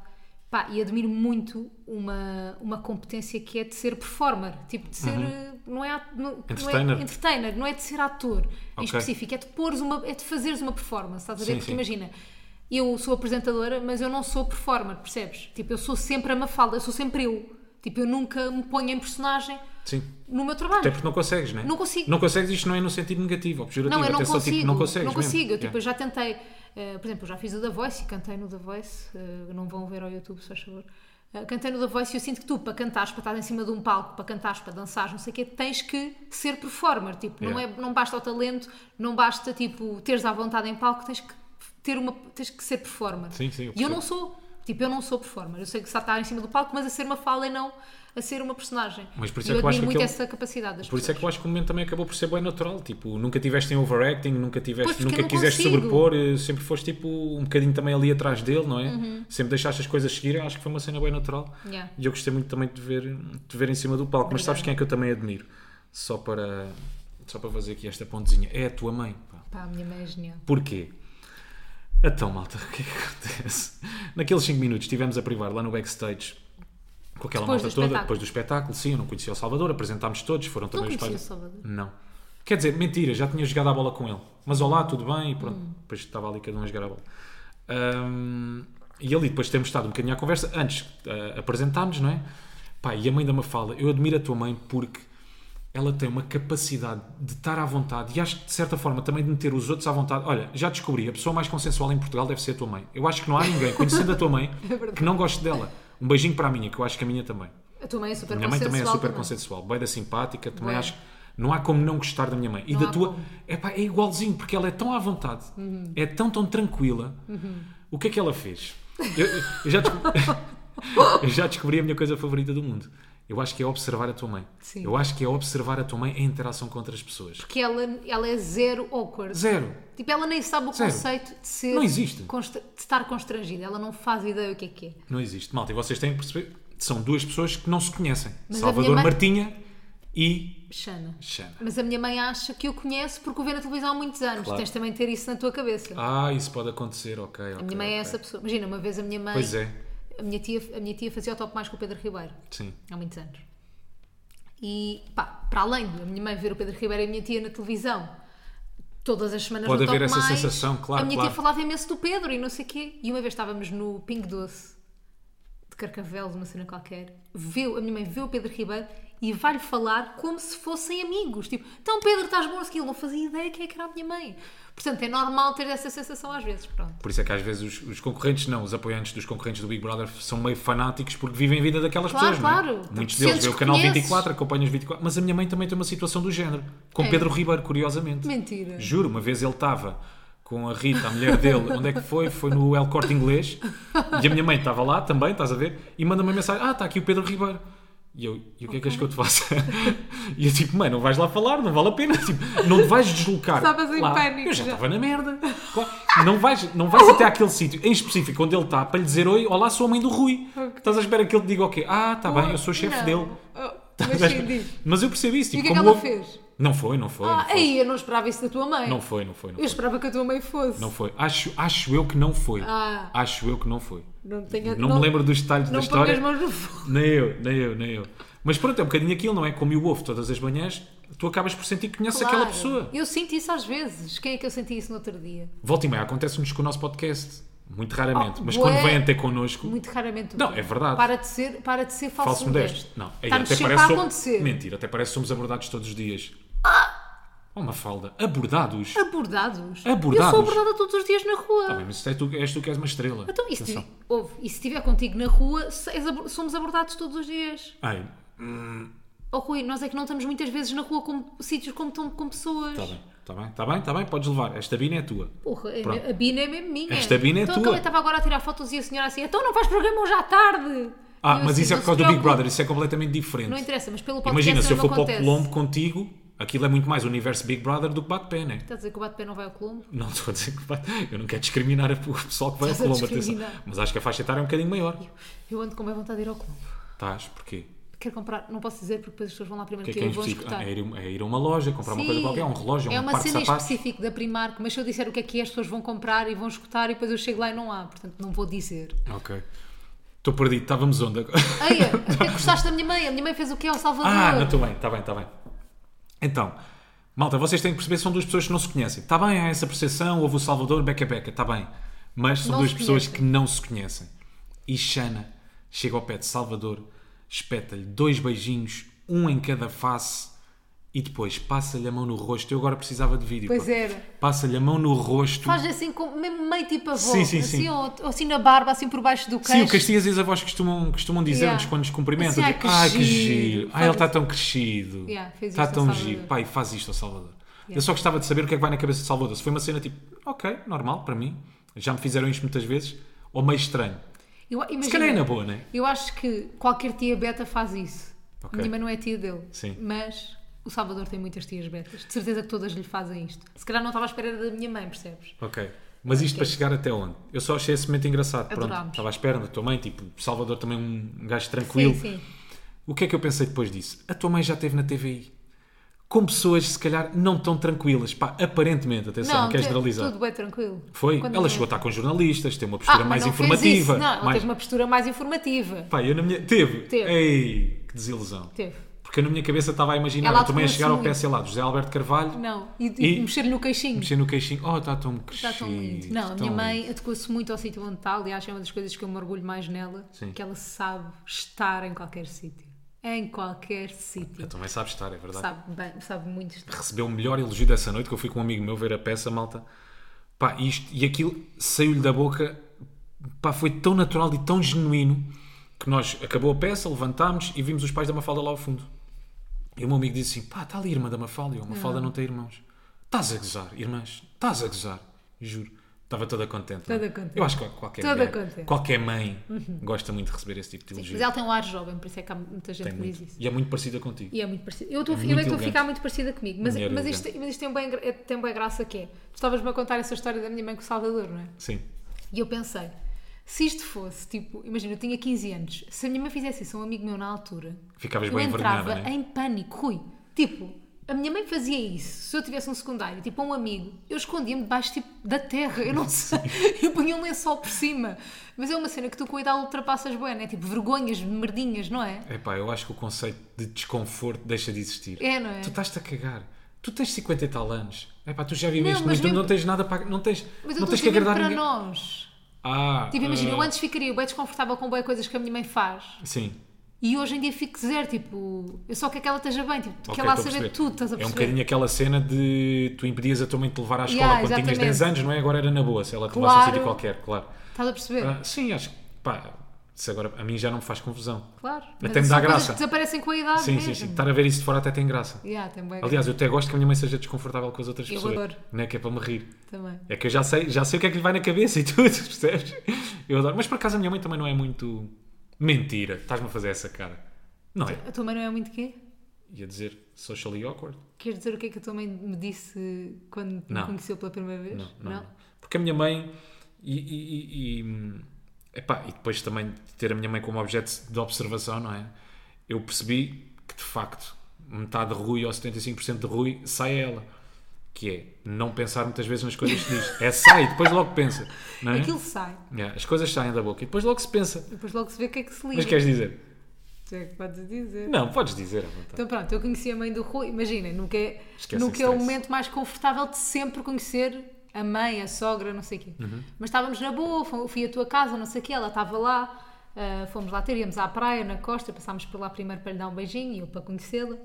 [SPEAKER 1] pá, e admiro muito uma, uma competência que é de ser performer, tipo, de ser. eh, Não é, at- não, Não
[SPEAKER 2] Uhum. Entertainer.
[SPEAKER 1] é entertainer, não é de ser ator em
[SPEAKER 2] Ok.
[SPEAKER 1] específico, é de, pores uma, é de fazeres uma performance, estás a ver?
[SPEAKER 2] Sim,
[SPEAKER 1] Porque
[SPEAKER 2] sim.
[SPEAKER 1] imagina, eu sou apresentadora, mas eu não sou performer, percebes? Tipo, eu sou sempre a Mafalda, eu sou sempre eu. Tipo, eu nunca me ponho em personagem
[SPEAKER 2] Sim.
[SPEAKER 1] no meu trabalho.
[SPEAKER 2] Até porque não consegues, né?
[SPEAKER 1] Não consigo.
[SPEAKER 2] Não consegues, isto não é no sentido negativo, ou pejorativo.
[SPEAKER 1] Não, eu não
[SPEAKER 2] até só,
[SPEAKER 1] consigo.
[SPEAKER 2] tipo, não consegues.
[SPEAKER 1] não
[SPEAKER 2] mesmo. É.
[SPEAKER 1] consigo. Eu, tipo,
[SPEAKER 2] Yeah.
[SPEAKER 1] eu já tentei. eh, por exemplo, eu já fiz o The Voice e cantei no The Voice. eh, não vão ver ao YouTube, se faz favor. Eh, cantei no The Voice e eu sinto que tu, para cantares, para estar em cima de um palco, para cantares, para dançares, não sei o quê, tens que ser performer. Tipo, não,
[SPEAKER 2] Yeah.
[SPEAKER 1] é, não basta o talento, não basta, tipo, teres à vontade em palco, tens que, ter uma, tens que ser performer.
[SPEAKER 2] Sim, sim, eu
[SPEAKER 1] e eu
[SPEAKER 2] percebo.
[SPEAKER 1] não sou. Tipo, eu não sou performer. Eu sei que sabe estar em cima do palco, mas a ser uma fala e não a ser uma personagem.
[SPEAKER 2] Mas por isso
[SPEAKER 1] E
[SPEAKER 2] é
[SPEAKER 1] eu
[SPEAKER 2] que eu acho
[SPEAKER 1] admiro
[SPEAKER 2] que
[SPEAKER 1] muito
[SPEAKER 2] aquele-
[SPEAKER 1] essa capacidade das
[SPEAKER 2] Por isso é que eu acho que o momento também acabou por ser bem natural. Tipo, nunca tiveste em overacting, nunca,
[SPEAKER 1] Pois,
[SPEAKER 2] tiveste,
[SPEAKER 1] porque eu
[SPEAKER 2] nunca
[SPEAKER 1] não
[SPEAKER 2] quiseste
[SPEAKER 1] consigo.
[SPEAKER 2] sobrepor, eh, sempre foste tipo um bocadinho também ali atrás dele, não é?
[SPEAKER 1] Uhum.
[SPEAKER 2] Sempre deixaste as coisas seguir, eu acho que foi uma cena bem natural.
[SPEAKER 1] Yeah.
[SPEAKER 2] E eu gostei muito também de ver, de ver em cima do palco. Mas sabes quem é que eu também admiro? Só para, só para fazer aqui esta pontezinha. É a tua mãe. Pá.
[SPEAKER 1] Pá, a minha mãe é genial.
[SPEAKER 2] Porquê? (laughs) Então, malta, o que é que acontece? Naqueles 5 minutos estivemos a privar lá no backstage Com aquela
[SPEAKER 1] Depois
[SPEAKER 2] malta
[SPEAKER 1] do
[SPEAKER 2] toda,
[SPEAKER 1] espetáculo.
[SPEAKER 2] depois do espetáculo, sim, eu não conhecia o Salvador, apresentámos todos, foram
[SPEAKER 1] Tu não
[SPEAKER 2] também os
[SPEAKER 1] conhecias
[SPEAKER 2] pais.
[SPEAKER 1] o Então Salvador?
[SPEAKER 2] Não. Quer dizer, mentira, já tinha jogado a bola com ele. Mas olá, tudo bem? E pronto,
[SPEAKER 1] Hum.
[SPEAKER 2] depois estava ali cada um a jogar a bola. Ahm, e ali depois temos estado um bocadinho à conversa, antes ah, apresentámos, não é? Pá, e a mãe da Mafalda, eu admiro a tua mãe porque ela tem uma capacidade de estar à vontade e acho que de certa forma também de meter os outros à vontade. Olha, já descobri, a pessoa mais consensual em Portugal deve ser a tua mãe. Eu acho que não há ninguém, conhecendo a
[SPEAKER 1] (laughs)
[SPEAKER 2] tua mãe,
[SPEAKER 1] É verdade.
[SPEAKER 2] que não goste dela. Um beijinho para a minha, que eu acho que a minha também.
[SPEAKER 1] A tua mãe é super
[SPEAKER 2] Minha mãe também é
[SPEAKER 1] consensual
[SPEAKER 2] super consensual, bem da simpática, também
[SPEAKER 1] Bué.
[SPEAKER 2] acho que não há como não gostar da minha mãe. E
[SPEAKER 1] Não
[SPEAKER 2] da
[SPEAKER 1] há
[SPEAKER 2] tua
[SPEAKER 1] como. Uhum.
[SPEAKER 2] Epá, é igualzinho, porque ela é tão à vontade, é tão, tão tranquila. O que é que ela fez? Eu, eu já descob-
[SPEAKER 1] (laughs)
[SPEAKER 2] eu já descobri a minha coisa favorita do mundo. Eu acho que é observar a tua mãe.
[SPEAKER 1] Sim.
[SPEAKER 2] Eu acho que é observar a tua mãe em interação com outras pessoas.
[SPEAKER 1] Porque ela, ela é zero awkward.
[SPEAKER 2] Zero.
[SPEAKER 1] Tipo, ela nem sabe o
[SPEAKER 2] Zero.
[SPEAKER 1] conceito de ser.
[SPEAKER 2] Não existe.
[SPEAKER 1] constra- de estar constrangida. Ela não faz ideia o que é que é.
[SPEAKER 2] Não existe. Malta, e vocês têm que perceber, são duas pessoas que não se conhecem.
[SPEAKER 1] Mas a
[SPEAKER 2] Salvador
[SPEAKER 1] minha mãe-
[SPEAKER 2] Martinha e
[SPEAKER 1] Xana.
[SPEAKER 2] Xana.
[SPEAKER 1] Mas a minha mãe acha que eu conheço porque o vê na televisão há muitos anos.
[SPEAKER 2] Claro.
[SPEAKER 1] Tens também de ter isso na tua cabeça.
[SPEAKER 2] Ah, isso pode acontecer, ok.
[SPEAKER 1] a minha mãe é essa pessoa. Imagina, uma vez a minha mãe.
[SPEAKER 2] Pois é,
[SPEAKER 1] A minha tia, a minha tia fazia o top mais com o Pedro Ribeiro.
[SPEAKER 2] sim.
[SPEAKER 1] há muitos anos. E pá, para além da minha mãe ver o Pedro Ribeiro e a minha tia na televisão, todas as semanas
[SPEAKER 2] Pode
[SPEAKER 1] no
[SPEAKER 2] haver
[SPEAKER 1] Top
[SPEAKER 2] essa
[SPEAKER 1] Mais,
[SPEAKER 2] sensação, claro,
[SPEAKER 1] A minha
[SPEAKER 2] claro.
[SPEAKER 1] tia falava imenso do Pedro e não sei o quê. E uma vez estávamos no Ping Doce de Carcavelos, uma cena qualquer, vê, a minha mãe vê o Pedro Ribeiro e vai-lhe falar como se fossem amigos. Tipo, então Pedro, estás bom aqui? Ele não fazia ideia quem é que era a minha mãe. Portanto, é normal ter essa sensação às vezes, pronto.
[SPEAKER 2] Por isso é que às vezes os, os concorrentes, não, os apoiantes dos concorrentes do Big Brother são meio fanáticos porque vivem a vida daquelas
[SPEAKER 1] Claro,
[SPEAKER 2] pessoas,
[SPEAKER 1] claro.
[SPEAKER 2] não é?
[SPEAKER 1] Porque
[SPEAKER 2] Muitos deles
[SPEAKER 1] sentes
[SPEAKER 2] vê o
[SPEAKER 1] que
[SPEAKER 2] canal
[SPEAKER 1] conheces.
[SPEAKER 2] 24, acompanham os 24, mas a minha mãe também tem uma situação do género, com
[SPEAKER 1] É.
[SPEAKER 2] Pedro Ribeiro, curiosamente.
[SPEAKER 1] Mentira.
[SPEAKER 2] Juro, uma vez ele estava com a Rita, a mulher dele, onde é que foi? Foi no El Corte Inglês e a minha mãe estava lá também, estás a ver? E manda-me uma mensagem: Ah, está aqui o Pedro Ribeiro. E eu, e o que é que és que eu te faça? (laughs) E eu tipo, mãe, não vais lá falar, não vale a pena. Tipo, não te vais deslocar.
[SPEAKER 1] Estavas em
[SPEAKER 2] lá.
[SPEAKER 1] pânico
[SPEAKER 2] Eu já
[SPEAKER 1] já.
[SPEAKER 2] estava na merda. Claro. Não vais, não vais até àquele sítio em específico onde ele está para lhe dizer: Oi, olá, sou a mãe do Rui. Estás à espera que ele te diga: Ok, ah, está bem, eu sou o chefe
[SPEAKER 1] Não.
[SPEAKER 2] dele.
[SPEAKER 1] Oh,
[SPEAKER 2] Estás
[SPEAKER 1] mas
[SPEAKER 2] à
[SPEAKER 1] sim,
[SPEAKER 2] espera-
[SPEAKER 1] diz.
[SPEAKER 2] (laughs) Mas eu percebi isso.
[SPEAKER 1] E o que
[SPEAKER 2] tipo,
[SPEAKER 1] é que
[SPEAKER 2] como
[SPEAKER 1] ela
[SPEAKER 2] houve-
[SPEAKER 1] fez?
[SPEAKER 2] Não foi, não foi. não
[SPEAKER 1] Ah,
[SPEAKER 2] foi.
[SPEAKER 1] aí eu não esperava isso da tua mãe.
[SPEAKER 2] Não foi, não foi. Não
[SPEAKER 1] Eu
[SPEAKER 2] foi.
[SPEAKER 1] esperava que a tua mãe fosse.
[SPEAKER 2] Não foi. Acho, acho eu que não foi.
[SPEAKER 1] Ah.
[SPEAKER 2] Acho eu que não foi.
[SPEAKER 1] Não tenho-
[SPEAKER 2] Não
[SPEAKER 1] não-
[SPEAKER 2] me lembro dos detalhes da
[SPEAKER 1] Não ponho
[SPEAKER 2] história.
[SPEAKER 1] as mãos no fogo.
[SPEAKER 2] Nem eu, nem eu, nem eu. Mas pronto, é um bocadinho aquilo, não é? Como o ovo todas as manhãs, tu acabas por sentir que conheces aquela
[SPEAKER 1] Claro.
[SPEAKER 2] pessoa.
[SPEAKER 1] Eu sinto isso às vezes. Quem é que eu senti isso no outro dia?
[SPEAKER 2] Volta e meia, acontece-nos com o nosso podcast. Muito raramente.
[SPEAKER 1] Oh,
[SPEAKER 2] mas
[SPEAKER 1] bué.
[SPEAKER 2] quando vêm ter connosco,
[SPEAKER 1] Muito raramente. um.
[SPEAKER 2] Não, é verdade.
[SPEAKER 1] Para de ser, para de ser falso,
[SPEAKER 2] falso modesto. Não, aí
[SPEAKER 1] Está-nos
[SPEAKER 2] até
[SPEAKER 1] sempre
[SPEAKER 2] parece.
[SPEAKER 1] a
[SPEAKER 2] som-
[SPEAKER 1] acontecer. Ah!
[SPEAKER 2] Mentira, até parece que somos abordados todos os dias. Oh, uma falda. Abordados?
[SPEAKER 1] Abordados. Eu
[SPEAKER 2] Abordados?
[SPEAKER 1] sou abordada todos os dias na rua.
[SPEAKER 2] Ah, bem, mas és tu, és tu que és uma estrela.
[SPEAKER 1] Então, e se,
[SPEAKER 2] Atenção.
[SPEAKER 1] tiver, ouve, e se estiver contigo na rua, se- és abo- somos abordados todos os dias.
[SPEAKER 2] Ai,
[SPEAKER 1] Oh, Rui, nós é que não estamos muitas vezes na rua com sítios como estão com pessoas.
[SPEAKER 2] Está Tá bem, está bem, está bem, está bem, podes levar. Esta bina é tua.
[SPEAKER 1] Porra, a-
[SPEAKER 2] Pronto.
[SPEAKER 1] a Bina é mesmo minha.
[SPEAKER 2] Esta Bina é
[SPEAKER 1] então,
[SPEAKER 2] tua.
[SPEAKER 1] Então eu estava agora a tirar fotos e a senhora assim, então não vais programa hoje à tarde.
[SPEAKER 2] Ah,
[SPEAKER 1] E eu
[SPEAKER 2] mas
[SPEAKER 1] assim,
[SPEAKER 2] isso é
[SPEAKER 1] "Não
[SPEAKER 2] por
[SPEAKER 1] se
[SPEAKER 2] causa do Big
[SPEAKER 1] preocupe."
[SPEAKER 2] Brother, isso é completamente diferente.
[SPEAKER 1] Não interessa, mas pelo podcast
[SPEAKER 2] Imagina, se eu
[SPEAKER 1] não
[SPEAKER 2] for para o
[SPEAKER 1] acontece.
[SPEAKER 2] Colombo contigo, aquilo é muito mais o universo Big Brother do que bate-pé, né?
[SPEAKER 1] Estás a dizer que o bate-pé não vai ao Colombo?
[SPEAKER 2] Não estou a dizer que bate Eu não quero discriminar a- o pessoal que vai ao
[SPEAKER 1] Estás a
[SPEAKER 2] Colombo, atenção.
[SPEAKER 1] discriminar.
[SPEAKER 2] Mas acho que a faixa etária é um bocadinho maior.
[SPEAKER 1] Eu ando com bem vontade de ir ao Colombo.
[SPEAKER 2] Estás, porquê?
[SPEAKER 1] Quero comprar, não posso dizer porque depois as pessoas vão lá
[SPEAKER 2] O que
[SPEAKER 1] primeiro
[SPEAKER 2] é
[SPEAKER 1] que,
[SPEAKER 2] que é
[SPEAKER 1] eu vou
[SPEAKER 2] investir?
[SPEAKER 1] escutar.
[SPEAKER 2] Ah, é, ir, é ir a uma loja, comprar uma coisa
[SPEAKER 1] Sim,
[SPEAKER 2] qualquer, um relógio,
[SPEAKER 1] é
[SPEAKER 2] um
[SPEAKER 1] uma
[SPEAKER 2] par de
[SPEAKER 1] cena em
[SPEAKER 2] sapatos.
[SPEAKER 1] específico da Primark, mas se eu disser o que é que é, as pessoas vão comprar e vão escutar e depois eu chego lá e não há, portanto não vou dizer.
[SPEAKER 2] Ok. Estou perdido, estávamos onde agora?
[SPEAKER 1] Eia, até gostaste da minha mãe, a minha mãe fez o quê ao Salvador?
[SPEAKER 2] (laughs) Ah, não, estou bem, está bem, está bem. Então, malta, vocês têm que perceber que são duas pessoas que não se conhecem. Está bem, há essa percepção, houve o Salvador, beca beca, está bem. Mas são
[SPEAKER 1] Não
[SPEAKER 2] duas
[SPEAKER 1] se
[SPEAKER 2] pessoas
[SPEAKER 1] conhecem.
[SPEAKER 2] que não se conhecem. E Xana chega ao pé de Salvador, espeta-lhe dois beijinhos, um em cada face, e depois passa-lhe a mão no rosto. Eu agora precisava de vídeo.
[SPEAKER 1] Pois
[SPEAKER 2] pá.
[SPEAKER 1] era.
[SPEAKER 2] Passa-lhe a mão no rosto.
[SPEAKER 1] Faz assim, com, mesmo meio tipo avó,
[SPEAKER 2] Sim, sim,
[SPEAKER 1] assim,
[SPEAKER 2] sim.
[SPEAKER 1] Ou, ou assim na barba, assim por baixo do queixo.
[SPEAKER 2] Sim, o Castias e as avós costumam, costumam dizer-nos
[SPEAKER 1] Yeah.
[SPEAKER 2] quando nos
[SPEAKER 1] Assim,
[SPEAKER 2] cumprimentam. Ai, que, ah, que giro.
[SPEAKER 1] Faz
[SPEAKER 2] Ai, ele está
[SPEAKER 1] isso.
[SPEAKER 2] tão crescido.
[SPEAKER 1] Yeah, fez
[SPEAKER 2] está
[SPEAKER 1] isto ao
[SPEAKER 2] tão
[SPEAKER 1] Salvador.
[SPEAKER 2] giro. Pai, faz isto ao Salvador. Eu só gostava de saber o que é que vai na cabeça de Salvador. Se foi uma cena tipo, ok, normal, para mim. Já me fizeram isto muitas vezes. Ou meio estranho.
[SPEAKER 1] Eu- imagina,
[SPEAKER 2] Se calhar é na boa, não é?
[SPEAKER 1] Eu acho que qualquer tia beta faz isso.
[SPEAKER 2] Ok.
[SPEAKER 1] Minha mãe não é tia dele.
[SPEAKER 2] Sim.
[SPEAKER 1] Mas o Salvador tem muitas tias betas. De certeza que todas lhe fazem isto. Se calhar não estava à espera da minha mãe, percebes?
[SPEAKER 2] Ok. Mas isto para chegar até onde? Eu só achei esse momento engraçado. Pronto,
[SPEAKER 1] Adorámos.
[SPEAKER 2] estava à espera da tua mãe. Tipo, Salvador também um gajo tranquilo.
[SPEAKER 1] Sim, sim.
[SPEAKER 2] O que é que eu pensei depois disso? A tua mãe já esteve na TVI. com pessoas, se calhar, não tão tranquilas. Pá, aparentemente, atenção, não,
[SPEAKER 1] Não,
[SPEAKER 2] não queres
[SPEAKER 1] tu- é-
[SPEAKER 2] generalizar.
[SPEAKER 1] tudo bem tranquilo.
[SPEAKER 2] Foi?
[SPEAKER 1] Quando
[SPEAKER 2] Ela
[SPEAKER 1] eu-
[SPEAKER 2] chegou a estar com jornalistas, tem uma
[SPEAKER 1] Ah,
[SPEAKER 2] postura
[SPEAKER 1] mas
[SPEAKER 2] mais
[SPEAKER 1] não fez
[SPEAKER 2] informativa.
[SPEAKER 1] isso. Não, ela
[SPEAKER 2] mais-
[SPEAKER 1] teve uma postura mais informativa.
[SPEAKER 2] Pá, eu na minha. Teve.
[SPEAKER 1] Teve.
[SPEAKER 2] Ei, que desilusão.
[SPEAKER 1] Teve.
[SPEAKER 2] Porque eu na minha cabeça estava a imaginar,
[SPEAKER 1] Ela
[SPEAKER 2] eu também a
[SPEAKER 1] adequou-se
[SPEAKER 2] chegar ao
[SPEAKER 1] muito.
[SPEAKER 2] pé, sei lá, do José Alberto Carvalho,
[SPEAKER 1] Não. E, e
[SPEAKER 2] E-
[SPEAKER 1] mexer-lhe no queixinho.
[SPEAKER 2] mexer no queixinho, oh, está tão crescido.
[SPEAKER 1] Está tão lindo. Não, a minha
[SPEAKER 2] tão
[SPEAKER 1] mãe
[SPEAKER 2] lindo."
[SPEAKER 1] adequou-se muito ao sítio onde está. Aliás, é uma das coisas que eu me orgulho mais nela.
[SPEAKER 2] Sim.
[SPEAKER 1] Que ela sabe estar em qualquer sítio. Em qualquer sítio.
[SPEAKER 2] Eu também sabe estar, é verdade.
[SPEAKER 1] Sabe bem, sabe muito estar.
[SPEAKER 2] Recebeu o melhor elogio dessa noite, que eu fui com um amigo meu ver a peça, malta. Pá, isto e aquilo saiu-lhe da boca, pá, foi tão natural e tão genuíno que nós acabou a peça, levantámos e vimos os pais da Mafalda lá ao fundo. E o meu amigo disse assim: pá, está ali a irmã da Mafalda. E eu, Mafalda não tem irmãos. Estás a gozar, irmãs, estás a gozar, juro. Estava toda contente. não é?
[SPEAKER 1] Toda contente.
[SPEAKER 2] Eu acho que qualquer,
[SPEAKER 1] Toda
[SPEAKER 2] mulher,
[SPEAKER 1] contente. Uhum.
[SPEAKER 2] qualquer mãe gosta muito de receber esse tipo de elogio.
[SPEAKER 1] Mas ela tem um ar jovem, por isso é que há muita gente
[SPEAKER 2] Tem
[SPEAKER 1] que diz
[SPEAKER 2] muito.
[SPEAKER 1] isso.
[SPEAKER 2] E é muito parecida contigo.
[SPEAKER 1] E é muito parecido. Eu, estou,
[SPEAKER 2] É
[SPEAKER 1] eu é
[SPEAKER 2] muito
[SPEAKER 1] que estou a
[SPEAKER 2] elegante.
[SPEAKER 1] ficar muito parecida comigo, mas,
[SPEAKER 2] Mulher
[SPEAKER 1] mas, isto, mas isto tem bem, gra- tem bem graça que é. Tu estavas-me a contar essa história da minha mãe com o Salvador, não é?
[SPEAKER 2] Sim.
[SPEAKER 1] E eu pensei, se isto fosse, tipo, imagina, eu tinha 15 anos, se a minha mãe fizesse isso a um amigo meu na altura,
[SPEAKER 2] Ficavas
[SPEAKER 1] eu
[SPEAKER 2] bem
[SPEAKER 1] entrava
[SPEAKER 2] envergonhada, né?
[SPEAKER 1] em pânico, Rui. Tipo, a minha mãe fazia isso. Se eu tivesse um secundário, tipo, a um amigo, eu escondia-me debaixo tipo, da terra,
[SPEAKER 2] (laughs)
[SPEAKER 1] eu não sei, eu punha um lençol por cima. Mas é uma cena que tu com a idade ultrapassas bem, é? Tipo, vergonhas, merdinhas, não é?
[SPEAKER 2] Epá, eu acho que o conceito de desconforto deixa de existir.
[SPEAKER 1] É, não é?
[SPEAKER 2] Tu estás-te a cagar. Tu tens 50 e tal anos. Epá, tu já viveste
[SPEAKER 1] Não, mas
[SPEAKER 2] muito, tu
[SPEAKER 1] mesmo-
[SPEAKER 2] não tens nada para. Não tens,
[SPEAKER 1] Mas eu estou
[SPEAKER 2] não
[SPEAKER 1] a
[SPEAKER 2] tens que
[SPEAKER 1] dizer mesmo
[SPEAKER 2] agradar
[SPEAKER 1] para
[SPEAKER 2] ninguém.
[SPEAKER 1] nós.
[SPEAKER 2] Ah,
[SPEAKER 1] Tipo, imagina,
[SPEAKER 2] ah,
[SPEAKER 1] eu antes ficaria bem desconfortável com bem coisas que a minha mãe faz.
[SPEAKER 2] Sim,
[SPEAKER 1] E hoje em dia fico zero, tipo, eu só quero que ela esteja bem, tipo, que
[SPEAKER 2] ok,
[SPEAKER 1] ela
[SPEAKER 2] estou a
[SPEAKER 1] saber
[SPEAKER 2] perceber.
[SPEAKER 1] tudo, estás a
[SPEAKER 2] É um
[SPEAKER 1] perceber?
[SPEAKER 2] bocadinho aquela cena de tu impedias a tua mãe de te levar à escola
[SPEAKER 1] Yeah,
[SPEAKER 2] quando tinhas
[SPEAKER 1] exatamente.
[SPEAKER 2] 10 anos, não é? Agora era na boa, se ela te levasse a um
[SPEAKER 1] Claro.
[SPEAKER 2] sítio qualquer, claro.
[SPEAKER 1] Estás a perceber?
[SPEAKER 2] Ah, sim, acho que. Pá, isso agora a mim já não me faz confusão.
[SPEAKER 1] claro.
[SPEAKER 2] até me dá
[SPEAKER 1] são
[SPEAKER 2] graça.
[SPEAKER 1] coisas que desaparecem com a idade
[SPEAKER 2] Sim,
[SPEAKER 1] Ah, mesmo.
[SPEAKER 2] sim, sim. Estar a ver isso de fora até tem graça.
[SPEAKER 1] Yeah, tem bué
[SPEAKER 2] Aliás, eu até gosto que a minha mãe seja desconfortável com as outras
[SPEAKER 1] Eu
[SPEAKER 2] pessoas.
[SPEAKER 1] adoro.
[SPEAKER 2] Não é que é para me rir.
[SPEAKER 1] graça também.
[SPEAKER 2] É que eu já sei, já sei o que é que lhe vai na cabeça e (laughs) tudo, percebes? Eu adoro. Mas por acaso a minha mãe também não é muito. Mentira, estás-me a fazer essa cara. Não é?
[SPEAKER 1] A tua mãe não é muito quê?
[SPEAKER 2] Ia dizer socially awkward.
[SPEAKER 1] Queres dizer o que é que a tua mãe me disse quando me
[SPEAKER 2] Não.
[SPEAKER 1] conheceu pela primeira vez?
[SPEAKER 2] Não, não, Hum? não. Porque a minha mãe. E, e, e- e, hum, epá, e depois também de ter a minha mãe como objeto de observação, não é? Eu percebi que de facto metade de Rui ou 75% de Rui sai a ela. Que é não pensar muitas vezes nas coisas que diz. É sai, depois logo pensa. Não é?
[SPEAKER 1] Aquilo sai.
[SPEAKER 2] Yeah, as coisas saem da boca e depois logo se pensa.
[SPEAKER 1] Depois logo se vê o que é que se liga.
[SPEAKER 2] Mas queres dizer?
[SPEAKER 1] Tu é que podes dizer.
[SPEAKER 2] Não, podes dizer à vontade.
[SPEAKER 1] Então pronto, eu conheci a mãe do Rui, imaginem, nunca é,
[SPEAKER 2] Esquece
[SPEAKER 1] nunca
[SPEAKER 2] esse
[SPEAKER 1] é o
[SPEAKER 2] stress.
[SPEAKER 1] momento mais confortável de sempre conhecer a mãe, a sogra, não sei o quê. Mas estávamos na boa, fu- fui à tua casa, não sei o quê, ela estava lá, ah, fomos lá ter, íamos à praia, na costa, passámos por lá primeiro para lhe dar um beijinho e eu para conhecê-la.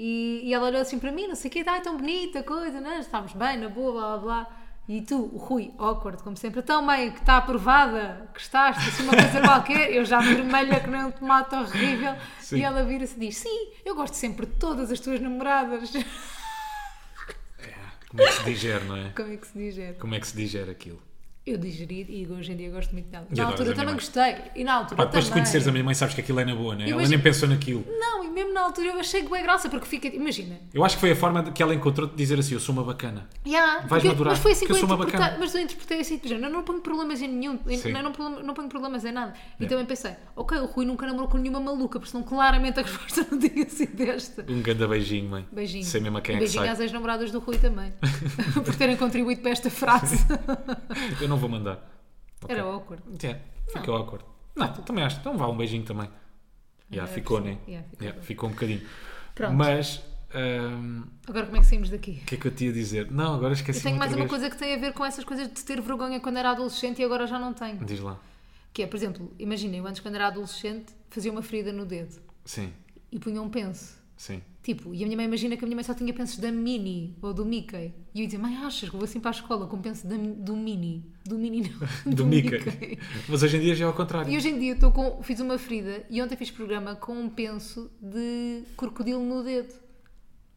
[SPEAKER 1] E, e ela olhou assim para mim, não sei o quê, ai tão bonita coisa, não? é? estávamos bem, na boa, blá blá blá. E tu, o Rui, awkward, como sempre, então mãe, que está aprovada, gostaste, assim uma coisa qualquer, eu já vermelha que nem um tomate horrível.
[SPEAKER 2] Sim.
[SPEAKER 1] E ela vira-se e diz: Sim, eu gosto sempre de todas as tuas namoradas. (laughs)
[SPEAKER 2] Como é que se digere, não é?
[SPEAKER 1] Como é que se digere?
[SPEAKER 2] Como é que se digere aquilo?
[SPEAKER 1] Eu digeri e hoje em dia gosto muito dela.
[SPEAKER 2] E
[SPEAKER 1] Na
[SPEAKER 2] adoras
[SPEAKER 1] altura
[SPEAKER 2] a minha
[SPEAKER 1] também
[SPEAKER 2] mãe.
[SPEAKER 1] gostei. E na altura.
[SPEAKER 2] Pá, depois de
[SPEAKER 1] também.
[SPEAKER 2] conheceres a minha mãe, sabes que aquilo é na boa, não é?
[SPEAKER 1] Eu
[SPEAKER 2] Ela
[SPEAKER 1] imagino-
[SPEAKER 2] nem pensou naquilo.
[SPEAKER 1] Não, e mesmo na altura eu achei que é graça, porque fica. Imagina.
[SPEAKER 2] Eu acho que foi a forma de- que ela encontrou de dizer assim: eu sou uma bacana.
[SPEAKER 1] Yeah,
[SPEAKER 2] Vais
[SPEAKER 1] porque-
[SPEAKER 2] madurar,
[SPEAKER 1] mas foi assim que
[SPEAKER 2] porque
[SPEAKER 1] eu
[SPEAKER 2] eu sou uma
[SPEAKER 1] interpretei.
[SPEAKER 2] bacana.
[SPEAKER 1] Mas eu interpretei assim, por exemplo, eu não ponho problemas em nenhum. em-
[SPEAKER 2] Sim.
[SPEAKER 1] eu não, ponho- não ponho problemas em nada. E também pensei: Ok, o Rui nunca namorou com nenhuma maluca, porque senão claramente a resposta não tinha sido desta.
[SPEAKER 2] Um grande beijinho, mãe.
[SPEAKER 1] Beijinho.
[SPEAKER 2] Sei mesmo a
[SPEAKER 1] E
[SPEAKER 2] quem é que
[SPEAKER 1] beijinho
[SPEAKER 2] sai.
[SPEAKER 1] às ex-namoradas do Rui
[SPEAKER 2] (laughs)
[SPEAKER 1] também, por terem contribuído para esta frase.
[SPEAKER 2] Eu não vou mandar. Ok.
[SPEAKER 1] Era awkward.
[SPEAKER 2] Yeah, ficou awkward. Não, também acho. Então vá um beijinho também. Já,
[SPEAKER 1] é
[SPEAKER 2] ficou,
[SPEAKER 1] possível.
[SPEAKER 2] né?
[SPEAKER 1] Yeah, ficou.
[SPEAKER 2] Yeah, ficou um bocadinho.
[SPEAKER 1] Pronto.
[SPEAKER 2] Mas, hum,
[SPEAKER 1] Agora como é que saímos daqui?
[SPEAKER 2] o que é que eu te ia dizer? Não, agora esqueci.
[SPEAKER 1] Eu tenho mais
[SPEAKER 2] outra
[SPEAKER 1] uma
[SPEAKER 2] vez.
[SPEAKER 1] coisa que tem a ver com essas coisas de ter vergonha quando era adolescente e agora já não tenho.
[SPEAKER 2] Diz lá.
[SPEAKER 1] Que é, por exemplo, imagina, eu antes quando era adolescente fazia uma ferida no dedo
[SPEAKER 2] Sim,
[SPEAKER 1] e punha um penso.
[SPEAKER 2] sim.
[SPEAKER 1] Tipo, e a minha mãe imagina que a minha mãe só tinha pensos da Mini ou do Mickey. E eu dizia, mãe, achas que eu vou assim para a escola com penso da- do Mini? Do Mini (laughs)
[SPEAKER 2] (laughs)
[SPEAKER 1] não.
[SPEAKER 2] Do Mica. Mas hoje em dia já é ao contrário.
[SPEAKER 1] E hoje em dia estou com, fiz uma ferida e ontem fiz programa com um penso de crocodilo no dedo.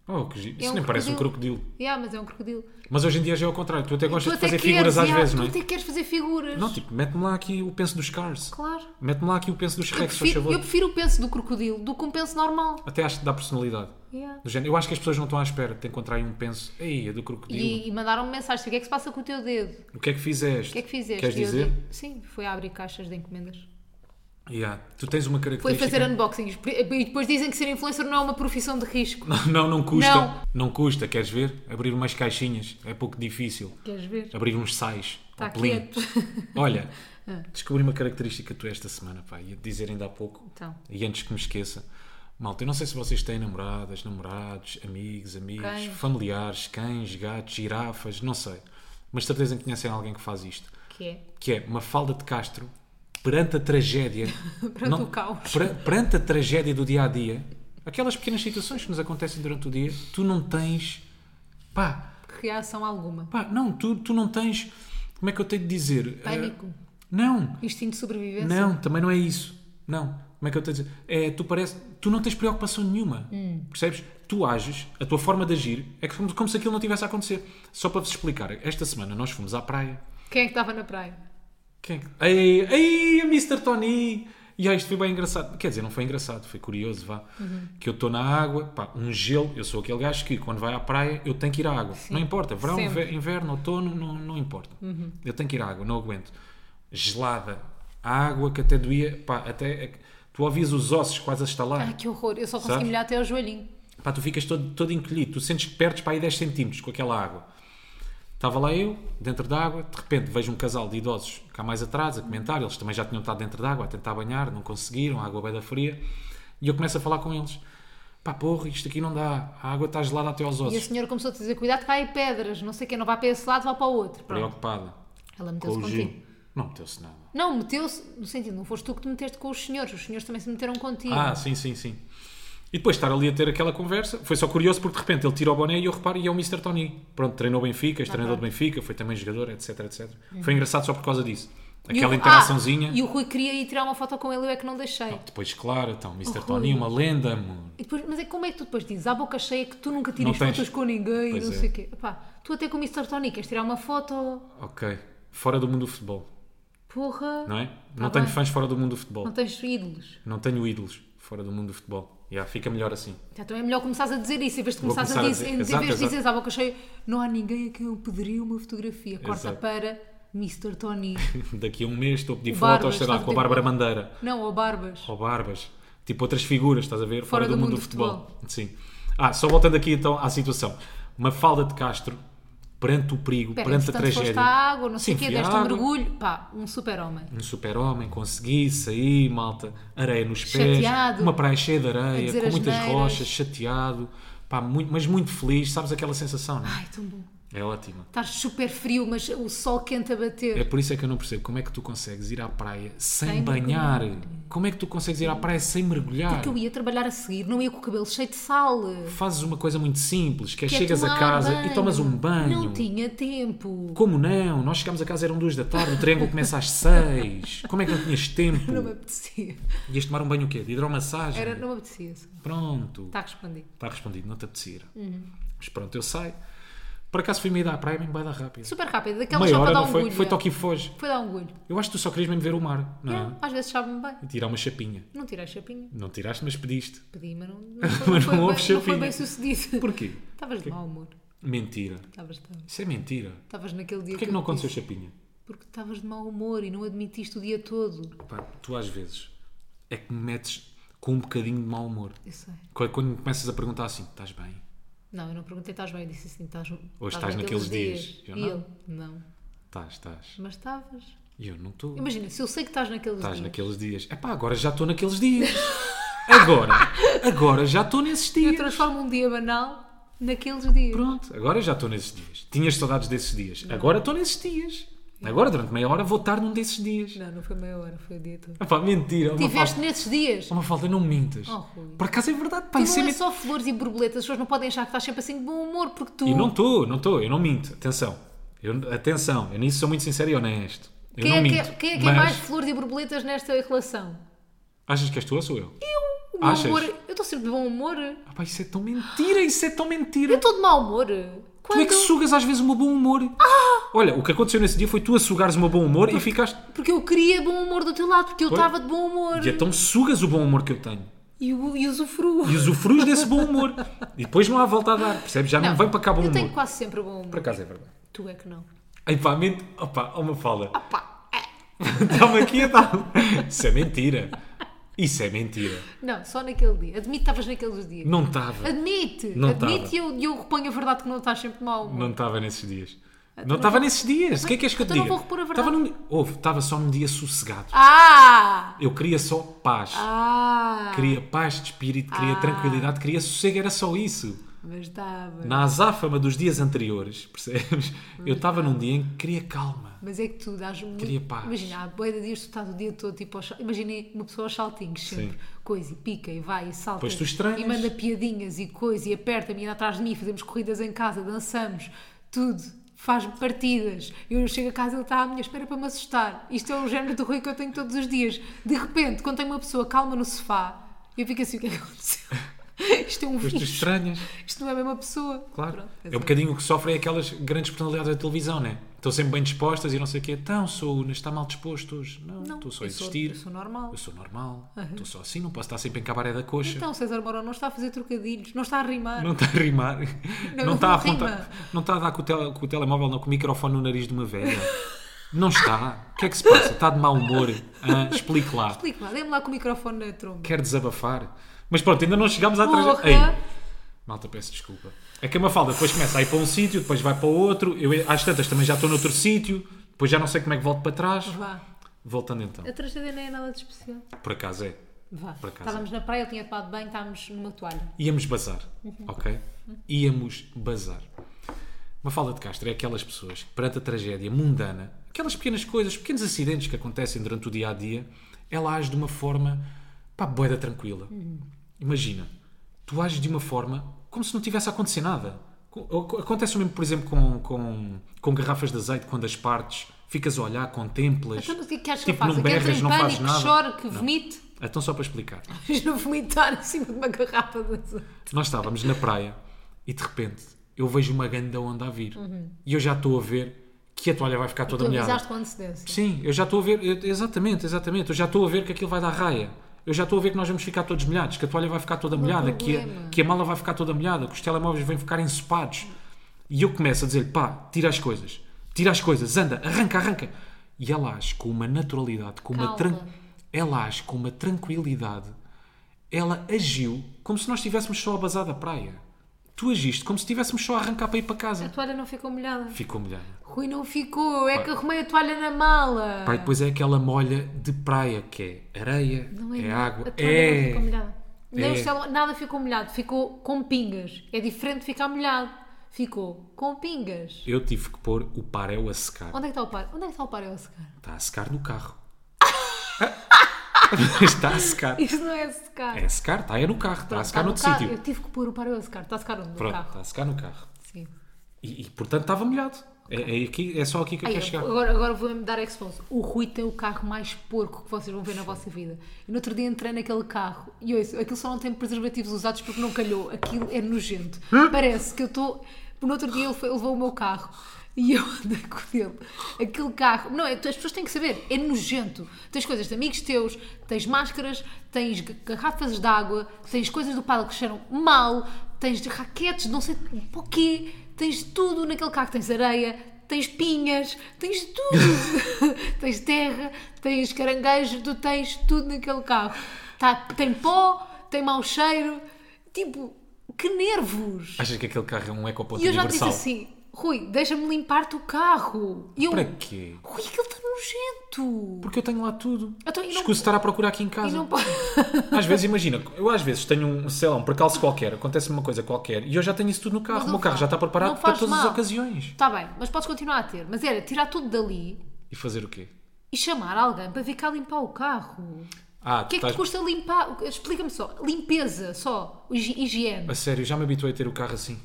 [SPEAKER 2] Oh, que giro. Isso
[SPEAKER 1] um
[SPEAKER 2] nem parece um
[SPEAKER 1] crocodilo.
[SPEAKER 2] crocodilo.
[SPEAKER 1] Yeah, mas é um crocodilo.
[SPEAKER 2] Mas hoje em dia já é ao contrário. Tu até
[SPEAKER 1] Tu
[SPEAKER 2] gostas de
[SPEAKER 1] até
[SPEAKER 2] fazer
[SPEAKER 1] queres,
[SPEAKER 2] figuras às
[SPEAKER 1] yeah,
[SPEAKER 2] vezes,
[SPEAKER 1] tu
[SPEAKER 2] não é?
[SPEAKER 1] até queres fazer figuras.
[SPEAKER 2] Não, tipo, mete-me lá aqui o penso dos Cars.
[SPEAKER 1] Claro.
[SPEAKER 2] Mete-me lá aqui o penso dos
[SPEAKER 1] Eu
[SPEAKER 2] Rex, é faz
[SPEAKER 1] prefiro,
[SPEAKER 2] favor.
[SPEAKER 1] eu prefiro o penso do crocodilo do que um penso normal.
[SPEAKER 2] Até acho que dá personalidade.
[SPEAKER 1] Yeah.
[SPEAKER 2] Do género, Eu acho que as pessoas não estão à espera de encontrar aí um penso. Ei, é do crocodilo.
[SPEAKER 1] E, e mandaram-me mensagem: o que é que se passa com o teu dedo?
[SPEAKER 2] O que é que fizeste?
[SPEAKER 1] O que é que fizeste?
[SPEAKER 2] Queres
[SPEAKER 1] E eu
[SPEAKER 2] dizer?
[SPEAKER 1] digo, Sim, foi a abrir caixas de encomendas.
[SPEAKER 2] Yeah. Tu tens uma
[SPEAKER 1] Foi
[SPEAKER 2] característica. (laughs)
[SPEAKER 1] fazer unboxings. E depois dizem que ser influencer não é uma profissão de risco.
[SPEAKER 2] Não, não custa.
[SPEAKER 1] Não.
[SPEAKER 2] Não. custa, queres ver? Abrir umas caixinhas é pouco difícil.
[SPEAKER 1] Queres ver?
[SPEAKER 2] Abrir uns sais.
[SPEAKER 1] Tá
[SPEAKER 2] ao pelinho.
[SPEAKER 1] quieto. (laughs) Ah.
[SPEAKER 2] Olha, descobri uma característica tu esta semana, pá. Ia te dizer ainda há pouco.
[SPEAKER 1] Então.
[SPEAKER 2] E antes que me esqueça. Malta, eu não sei se vocês têm namoradas, namorados, amigos, amigos,
[SPEAKER 1] Cães.
[SPEAKER 2] familiares, cães, gatos, girafas, não sei. Mas de certeza que conhecem alguém que faz isto.
[SPEAKER 1] Que é.
[SPEAKER 2] que é Mafalda de Castro, perante a tragédia.
[SPEAKER 1] (laughs) Perante o caos.
[SPEAKER 2] pera- perante a tragédia do dia a dia, aquelas pequenas situações que nos acontecem durante o dia, tu não tens. pá,
[SPEAKER 1] Reação alguma.
[SPEAKER 2] pá, não, tu, tu não tens. como é que eu tenho de dizer? Eh,
[SPEAKER 1] Pânico.
[SPEAKER 2] não,
[SPEAKER 1] Instinto de sobrevivência.
[SPEAKER 2] não, também não é isso. Não, como é que eu tenho de dizer? É, tu parece. tu não tens preocupação nenhuma. Percebes? Tu ages, a tua forma de agir é como, como se aquilo não tivesse a acontecer. Só para vos explicar, esta semana nós fomos à praia.
[SPEAKER 1] Quem é que estava na praia?
[SPEAKER 2] Quem é que... Ei, ei, a Mr. Tony! E ah, isto foi bem engraçado. Quer dizer, não foi engraçado, foi curioso, vá. Que eu estou na água, pá, um gelo. Eu sou aquele gajo que quando vai à praia eu tenho que ir à água. Não importa, verão,
[SPEAKER 1] sempre.
[SPEAKER 2] ve- inverno, outono, não, não importa. Eu tenho que ir à água, não aguento. Gelada, a água que até doía, pá, até. é Tu ouvias os ossos quase a estalar.
[SPEAKER 1] Ai, que horror. Eu só consegui
[SPEAKER 2] É. Sabes?
[SPEAKER 1] molhar até ao joelhinho.
[SPEAKER 2] Pá, tu ficas todo, todo encolhido, tu sentes que perdes para aí 10 centímetros com aquela água. Estava lá eu, dentro da água, de repente vejo um casal de idosos cá mais atrás a comentar, eles também já tinham estado dentro da água a tentar banhar, não conseguiram, a água bem da fria, e eu começo a falar com eles. Pá, porra, isto aqui não dá, a água está gelada até aos
[SPEAKER 1] E a
[SPEAKER 2] ossos.
[SPEAKER 1] senhora começou a dizer: cuidado, cai pedras, não sei o quê, não vá para esse lado, vá para o outro. Pronto.
[SPEAKER 2] Preocupada.
[SPEAKER 1] Ela
[SPEAKER 2] Com
[SPEAKER 1] meteu-se
[SPEAKER 2] o
[SPEAKER 1] contigo.
[SPEAKER 2] gelo. Não meteu-se nada.
[SPEAKER 1] Não, meteu-se, no sentido, não foste tu que te meteste com os senhores, os senhores também se meteram contigo.
[SPEAKER 2] Ah, sim, sim, sim. E depois estar ali a ter aquela conversa, foi só curioso porque de repente ele tira o boné e eu reparo e é o Mr. Tony. Pronto, treinou o Benfica, ex-treinador do Benfica, foi também jogador, etc, etc. Foi engraçado só por causa disso.
[SPEAKER 1] Uhum. E o-
[SPEAKER 2] Aquela interaçãozinha.
[SPEAKER 1] Ah, e o Rui queria ir tirar uma foto com ele, eu é que não deixei.
[SPEAKER 2] Depois, claro, então, Mr.
[SPEAKER 1] Rui.
[SPEAKER 2] Tony, uma lenda, amor.
[SPEAKER 1] E depois, mas é como é que tu depois dizes à boca cheia que tu nunca tiras
[SPEAKER 2] Não tens.
[SPEAKER 1] fotos com ninguém,
[SPEAKER 2] Pois
[SPEAKER 1] não
[SPEAKER 2] é.
[SPEAKER 1] sei o quê. Epá, tu até com o Mr. Tony queres tirar uma foto,
[SPEAKER 2] Ok. Fora do mundo do futebol,
[SPEAKER 1] porra.
[SPEAKER 2] não é?
[SPEAKER 1] Tá
[SPEAKER 2] não tenho
[SPEAKER 1] bem.
[SPEAKER 2] fãs fora do mundo do futebol.
[SPEAKER 1] Não tens ídolos.
[SPEAKER 2] Não tenho ídolos fora do mundo do futebol. Já, fica melhor assim.
[SPEAKER 1] Então é melhor começares a dizer isso, em vez de
[SPEAKER 2] Vou
[SPEAKER 1] começares a
[SPEAKER 2] começar a
[SPEAKER 1] dizer,
[SPEAKER 2] dizer-
[SPEAKER 1] em
[SPEAKER 2] exato,
[SPEAKER 1] vez de
[SPEAKER 2] exato.
[SPEAKER 1] dizeres à boca cheia, não há ninguém a quem eu pediria uma fotografia. Corta
[SPEAKER 2] Exato.
[SPEAKER 1] para Mr.
[SPEAKER 2] (laughs)
[SPEAKER 1] Tony.
[SPEAKER 2] Daqui a um mês estou a pedir
[SPEAKER 1] O
[SPEAKER 2] fotos,
[SPEAKER 1] Barbas,
[SPEAKER 2] sei lá,
[SPEAKER 1] estás a
[SPEAKER 2] com a
[SPEAKER 1] ter-
[SPEAKER 2] Bárbara Bandeira.
[SPEAKER 1] Não, ou Barbas.
[SPEAKER 2] ou barbas, tipo outras figuras, estás a ver?
[SPEAKER 1] Fora do mundo do
[SPEAKER 2] Sim. Ah, só voltando aqui então à situação. Mafalda de Castro, perante o perigo,
[SPEAKER 1] Espera,
[SPEAKER 2] perante a
[SPEAKER 1] entretanto,
[SPEAKER 2] tragédia.
[SPEAKER 1] foste à água, não sei o
[SPEAKER 2] Sim,
[SPEAKER 1] quê,
[SPEAKER 2] fui à
[SPEAKER 1] deste um
[SPEAKER 2] água.
[SPEAKER 1] mergulho. Pá, um super-homem.
[SPEAKER 2] Um super-homem, consegui sair, malta, areia nos pés,
[SPEAKER 1] Chateado.
[SPEAKER 2] uma praia cheia de
[SPEAKER 1] A
[SPEAKER 2] areia,
[SPEAKER 1] dizer
[SPEAKER 2] com muitas
[SPEAKER 1] asneiras.
[SPEAKER 2] rochas, chateado, pá, muito, mas muito feliz, sabes aquela sensação, não é?
[SPEAKER 1] Ai, tão bom.
[SPEAKER 2] É ótima.
[SPEAKER 1] Estás super frio, mas o sol quente a
[SPEAKER 2] É
[SPEAKER 1] bater.
[SPEAKER 2] por isso é que eu não percebo como é que tu consegues ir à praia sem,
[SPEAKER 1] Sem
[SPEAKER 2] banhar. Como é que tu consegues ir à praia sem mergulhar?
[SPEAKER 1] Porque eu ia trabalhar a seguir, não ia com o cabelo cheio de sal.
[SPEAKER 2] Fazes uma coisa muito simples, que é
[SPEAKER 1] Que é
[SPEAKER 2] chegas a
[SPEAKER 1] tomar
[SPEAKER 2] casa e tomas um banho.
[SPEAKER 1] Não tinha tempo.
[SPEAKER 2] Como não? Nós chegámos a casa, eram duas da tarde, o triângulo começa às seis. Como é que não tinhas tempo?
[SPEAKER 1] Não me apetecia.
[SPEAKER 2] Ias tomar um banho o quê? De hidromassagem?
[SPEAKER 1] Era, Tá. não me apetecia. só.
[SPEAKER 2] Pronto.
[SPEAKER 1] Está a responder.
[SPEAKER 2] Está respondido, não te apetecia.
[SPEAKER 1] Uhum.
[SPEAKER 2] Mas pronto, eu saio. Por acaso fui meio da praia, mesmo vai dar rápido.
[SPEAKER 1] Super rápido, daquela
[SPEAKER 2] Meia
[SPEAKER 1] só para
[SPEAKER 2] hora
[SPEAKER 1] dar
[SPEAKER 2] não
[SPEAKER 1] um
[SPEAKER 2] foi?
[SPEAKER 1] gulho.
[SPEAKER 2] Foi toque e foge.
[SPEAKER 1] Foi dar um gulho.
[SPEAKER 2] Eu acho que tu só querias mesmo ver o mar, não é?
[SPEAKER 1] Não, às vezes sabe-me bem.
[SPEAKER 2] E tirar uma chapinha.
[SPEAKER 1] Não tirei a chapinha.
[SPEAKER 2] Não tiraste, mas pediste.
[SPEAKER 1] Pedi, mas não,
[SPEAKER 2] (laughs)
[SPEAKER 1] não, foi, não,
[SPEAKER 2] Mas
[SPEAKER 1] foi,
[SPEAKER 2] não
[SPEAKER 1] bem, não
[SPEAKER 2] houve
[SPEAKER 1] foi
[SPEAKER 2] chapinha.
[SPEAKER 1] bem sucedido.
[SPEAKER 2] Porquê?
[SPEAKER 1] Estavas de mau humor.
[SPEAKER 2] Mentira.
[SPEAKER 1] Estavas estavas-
[SPEAKER 2] Isso é mentira.
[SPEAKER 1] Estavas naquele dia.
[SPEAKER 2] Porquê que
[SPEAKER 1] eu
[SPEAKER 2] não
[SPEAKER 1] te
[SPEAKER 2] aconteceu
[SPEAKER 1] disse.
[SPEAKER 2] chapinha?
[SPEAKER 1] Porque estavas de mau humor e não admitiste o dia todo.
[SPEAKER 2] Pá, tu às vezes é que me metes com um bocadinho de mau humor.
[SPEAKER 1] Eu sei.
[SPEAKER 2] Quando quando me começas a perguntar assim, estás bem?
[SPEAKER 1] Não, eu não perguntei, estás bem? Eu disse assim, estás.
[SPEAKER 2] Hoje estás naqueles dias. Eu
[SPEAKER 1] E
[SPEAKER 2] não.
[SPEAKER 1] ele, não.
[SPEAKER 2] Estás, estás.
[SPEAKER 1] Mas estavas.
[SPEAKER 2] E eu não estou.
[SPEAKER 1] Imagina, se eu sei que estás naqueles
[SPEAKER 2] Estás
[SPEAKER 1] dias.
[SPEAKER 2] naqueles dias. Epá, agora já estou naqueles dias. Agora. Agora já estou nesses
[SPEAKER 1] Eu
[SPEAKER 2] dias.
[SPEAKER 1] transformo um dia banal naqueles dias.
[SPEAKER 2] Pronto, agora já estou nesses dias. Tinhas saudades desses dias. Agora estou nesses dias. Agora, durante meia hora, vou estar num desses dias.
[SPEAKER 1] Não, não foi meia hora, foi o dia todo.
[SPEAKER 2] Epá, mentira. é Uma
[SPEAKER 1] Tiveste
[SPEAKER 2] falta, É
[SPEAKER 1] nesses dias.
[SPEAKER 2] uma falta, não me mintas.
[SPEAKER 1] Oh, Rui.
[SPEAKER 2] Por acaso é verdade, pá,
[SPEAKER 1] Tu
[SPEAKER 2] isso
[SPEAKER 1] não
[SPEAKER 2] é
[SPEAKER 1] é
[SPEAKER 2] mentira.
[SPEAKER 1] só flores e borboletas, as pessoas não podem achar que estás sempre assim de bom humor, porque tu.
[SPEAKER 2] E não estou, não estou, eu não minto. Atenção. Eu- atenção, eu nisso sou muito sincero e honesto. Eu
[SPEAKER 1] Quem
[SPEAKER 2] não
[SPEAKER 1] é, que
[SPEAKER 2] minto.
[SPEAKER 1] é, quem é, que é
[SPEAKER 2] mas-
[SPEAKER 1] mais flores e borboletas nesta relação?
[SPEAKER 2] Achas que és tu ou sou eu?
[SPEAKER 1] O meu
[SPEAKER 2] Achas?
[SPEAKER 1] humor. Eu estou sempre de bom humor.
[SPEAKER 2] Ah, pá, isso é tão mentira, isso é tão mentmentira.
[SPEAKER 1] Eu estou de mau humor.
[SPEAKER 2] Tu
[SPEAKER 1] Quando? Ah!
[SPEAKER 2] é que sugas às vezes o meu bom humor. Olha, o que aconteceu nesse dia foi tu a sugares o meu bom humor e ficaste.
[SPEAKER 1] Porque eu queria bom humor do teu lado, porque eu
[SPEAKER 2] Pois.
[SPEAKER 1] estava de bom humor.
[SPEAKER 2] E então sugas o bom humor que eu tenho.
[SPEAKER 1] E, o- e usufruo.
[SPEAKER 2] E usufruis desse bom humor. E depois não há volta a dar, percebes? Já não, vem para cá bom
[SPEAKER 1] Eu
[SPEAKER 2] humor.
[SPEAKER 1] tenho quase sempre bom humor.
[SPEAKER 2] Por acaso é verdade.
[SPEAKER 1] Tu é que não.
[SPEAKER 2] Aí pá, mente. Opa, uma fala. (laughs)
[SPEAKER 1] Pá, é.
[SPEAKER 2] Está-me aqui a dar. Isso é mentira. Isso é mentira.
[SPEAKER 1] Não, só naquele dia. Admite que estavas naqueles dias.
[SPEAKER 2] Não estava.
[SPEAKER 1] Admite!
[SPEAKER 2] Não
[SPEAKER 1] admite
[SPEAKER 2] tava.
[SPEAKER 1] e eu, e eu reponho a verdade que não estás sempre mal.
[SPEAKER 2] Não estava nesses dias.
[SPEAKER 1] não
[SPEAKER 2] Não estava
[SPEAKER 1] vou-
[SPEAKER 2] nesses dias. O que é que és que eu te
[SPEAKER 1] tá Então não
[SPEAKER 2] diga?
[SPEAKER 1] vou repor a verdade.
[SPEAKER 2] Estava num... Houve, estava só num dia sossegado.
[SPEAKER 1] Ah!
[SPEAKER 2] Eu queria só paz.
[SPEAKER 1] Ah!
[SPEAKER 2] Queria paz de espírito, queria
[SPEAKER 1] Ah.
[SPEAKER 2] tranquilidade, queria sossego, era só isso.
[SPEAKER 1] Mas estava.
[SPEAKER 2] Na azáfama dos dias anteriores, (laughs) percebes? Eu estava num dia em que queria calma.
[SPEAKER 1] Mas é que tu dás muito.
[SPEAKER 2] Queria paz.
[SPEAKER 1] Imagina, há boia de dias tu estás o dia todo tipo. aos sal- Imagina uma pessoa aos saltinhos sempre.
[SPEAKER 2] Sim.
[SPEAKER 1] Coisa e pica e vai e salta.
[SPEAKER 2] Pois tu estranhas.
[SPEAKER 1] E manda piadinhas e coisa e aperta-me e anda atrás de mim. Fazemos corridas em casa, dançamos, tudo. Faz-me partidas. Eu chego a casa ele está à minha espera para me assustar. Isto é o género do ruído que eu tenho todos os dias. De repente, quando tenho uma pessoa calma no sofá, eu fico assim: o que é que aconteceu? (laughs) Isto é um
[SPEAKER 2] Pois tu
[SPEAKER 1] vírus. (laughs)
[SPEAKER 2] estranhas.
[SPEAKER 1] Isto não é a mesma pessoa.
[SPEAKER 2] Claro.
[SPEAKER 1] Pronto,
[SPEAKER 2] é um bocadinho o que sofrem aquelas grandes personalidades da televisão, né? Estão sempre bem dispostas e não sei o quê. Então, sou o Unas, está mal disposto hoje. Não,
[SPEAKER 1] Não,
[SPEAKER 2] estou só a
[SPEAKER 1] assim. eu sou-
[SPEAKER 2] existir.
[SPEAKER 1] eu sou normal.
[SPEAKER 2] Eu sou normal. Estou só assim, não posso estar sempre em cabaré da coxa.
[SPEAKER 1] Então, César Mourão não está a fazer trocadilhos, não está a rimar.
[SPEAKER 2] Não está a rimar.
[SPEAKER 1] Não,
[SPEAKER 2] Não,
[SPEAKER 1] não
[SPEAKER 2] está a
[SPEAKER 1] rima.
[SPEAKER 2] apontar. Não está a dar com o, tele- com o telemóvel, não, com o microfone no nariz de uma velha. Não está. O que é que se passa? Está de mau humor. Hã? Explique lá.
[SPEAKER 1] Explique lá, dê-me lá com o microfone na tromba.
[SPEAKER 2] Quer desabafar. Mas pronto, ainda não chegámos à
[SPEAKER 1] Porra!
[SPEAKER 2] trajetória. Ei, malta, peço desculpa. É que a Mafalda depois começa a ir para um sítio, depois vai para o outro. Eu, às tantas, também já estou noutro sítio. Depois já não sei como é que volto para trás.
[SPEAKER 1] Vá.
[SPEAKER 2] Voltando então.
[SPEAKER 1] A tragédia não é nada de especial.
[SPEAKER 2] Por acaso é.
[SPEAKER 1] Vá.
[SPEAKER 2] Por acaso.
[SPEAKER 1] Estávamos na praia, eu tinha tomado banho, estávamos numa toalha.
[SPEAKER 2] Íamos bazar, ok? Íamos bazar. Mafalda de Castro é aquelas pessoas que, perante a tragédia mundana, aquelas pequenas coisas, pequenos acidentes que acontecem durante o dia a dia, ela age de uma forma, pá, boeda tranquila. Imagina, tu ages de uma forma como se não tivesse a acontecer nada. Co- ac- Acontece o mesmo, por exemplo, com, com, com garrafas de azeite, quando as partes ficas a olhar, contemplas.
[SPEAKER 1] Então, mas o que é que achas que eu
[SPEAKER 2] tipo,
[SPEAKER 1] faço?
[SPEAKER 2] não
[SPEAKER 1] Que entre
[SPEAKER 2] berras,
[SPEAKER 1] em
[SPEAKER 2] não fazes
[SPEAKER 1] pânico,
[SPEAKER 2] nada.
[SPEAKER 1] que choro, que vomite, (laughs)
[SPEAKER 2] Então, só para explicar.
[SPEAKER 1] mas não vomitar em cima de uma garrafa de azeite.
[SPEAKER 2] Nós estávamos na praia e de repente eu vejo uma grande onda a vir e eu já estou a ver que a toalha vai ficar toda
[SPEAKER 1] Tu avisaste
[SPEAKER 2] molhada.
[SPEAKER 1] com antecedência.
[SPEAKER 2] Sim, eu já estou a ver, eu- exatamente, exatamente, eu já estou a ver que aquilo vai dar raia. Eu já estou a ver que nós vamos ficar todos molhados, que a toalha vai ficar toda molhada, que
[SPEAKER 1] problema.
[SPEAKER 2] a, que a mala vai ficar toda molhada, que os telemóveis vão ficar ensopados. E eu começo a dizer pá, tira as coisas, tira as coisas, anda, arranca, arranca. E ela age com uma naturalidade, com uma
[SPEAKER 1] Calma.
[SPEAKER 2] tran... ela age com uma tranquilidade ela agiu como se nós estivéssemos só a bazar da praia. Tu agiste como se estivéssemos só a arrancar para ir para
[SPEAKER 1] A
[SPEAKER 2] casa.
[SPEAKER 1] toalha não ficou molhada.
[SPEAKER 2] Ficou molhada.
[SPEAKER 1] Rui não ficou, é que arrumei a toalha na mala.
[SPEAKER 2] Pá, e depois é aquela molha de praia que é areia,
[SPEAKER 1] Não
[SPEAKER 2] é,
[SPEAKER 1] nada. A
[SPEAKER 2] água,
[SPEAKER 1] toalha não
[SPEAKER 2] é.
[SPEAKER 1] ficou molhada. Nem
[SPEAKER 2] É.
[SPEAKER 1] o celo- nada ficou molhado, ficou com pingas. É diferente de ficar molhado. Ficou com pingas.
[SPEAKER 2] Eu tive que pôr o parel a secar.
[SPEAKER 1] Onde é que está o par? Onde é que está o par? É o (laughs) secar.
[SPEAKER 2] Está a secar no carro. (laughs) está a secar.
[SPEAKER 1] Isso não é secar.
[SPEAKER 2] É a secar, está é no carro, está a secar
[SPEAKER 1] no
[SPEAKER 2] noutro
[SPEAKER 1] carro.
[SPEAKER 2] sítio.
[SPEAKER 1] Eu tive que pôr o parou a secar. Está a secar onde? No
[SPEAKER 2] Pronto,
[SPEAKER 1] carro.
[SPEAKER 2] está a secar no carro.
[SPEAKER 1] Sim.
[SPEAKER 2] E, e, portanto estava molhado. É, é aqui, é só aqui que eu
[SPEAKER 1] Ai,
[SPEAKER 2] quero chegar.
[SPEAKER 1] agora agora vou-me dar expose. O Rui tem o carro mais porco que vocês vão ver na vossa vida. E no outro dia entrei naquele carro e ouço, aquilo só não tem preservativos usados porque não calhou. Aquilo é nojento. Parece que eu estou. No outro dia ele foi- levou o meu carro e eu (laughs) andei com o dele. Aquele carro. Não, é- as pessoas têm que saber, é nojento. Tens coisas de amigos teus, tens máscaras, tens g- garrafas de água, tens coisas do pai que cheiram mal, tens raquetes, não sei um porquê. Tens tudo naquele carro, tens areia, tens pinhas, tens
[SPEAKER 2] (laughs)
[SPEAKER 1] tudo. tens terra, tens caranguejo, tu tens tudo naquele carro. Tá, tem pó, tem mau cheiro. Tipo, que nervos!
[SPEAKER 2] Achas que aquele carro é um ecoponto
[SPEAKER 1] E eu já te disse
[SPEAKER 2] universal?
[SPEAKER 1] assim: Rui, deixa-me limpar-te o carro. E eu,
[SPEAKER 2] Para quê?
[SPEAKER 1] Rui, aquilo está nojento.
[SPEAKER 2] Porque eu tenho lá tudo.
[SPEAKER 1] Então, e não-
[SPEAKER 2] Escuso estar a procurar aqui em casa.
[SPEAKER 1] E não pode. (laughs)
[SPEAKER 2] Às vezes, imagina, eu às vezes tenho um, sei lá, um percalço qualquer, acontece-me uma coisa qualquer e eu já tenho isso tudo no carro.
[SPEAKER 1] Mas
[SPEAKER 2] O
[SPEAKER 1] não
[SPEAKER 2] meu carro
[SPEAKER 1] faz-
[SPEAKER 2] já está preparado
[SPEAKER 1] não
[SPEAKER 2] para
[SPEAKER 1] faz
[SPEAKER 2] todas as
[SPEAKER 1] mal.
[SPEAKER 2] ocasiões.
[SPEAKER 1] Está Tá bem, mas podes continuar a ter. Mas era tirar tudo dali
[SPEAKER 2] E fazer o quê?
[SPEAKER 1] e chamar alguém para vir cá limpar o carro.
[SPEAKER 2] Ah,
[SPEAKER 1] O
[SPEAKER 2] tu
[SPEAKER 1] que é que
[SPEAKER 2] estás...
[SPEAKER 1] te custa limpar? Explica-me só. Limpeza só. Higi- Higiene.
[SPEAKER 2] A sério, já me habituei a ter o carro assim.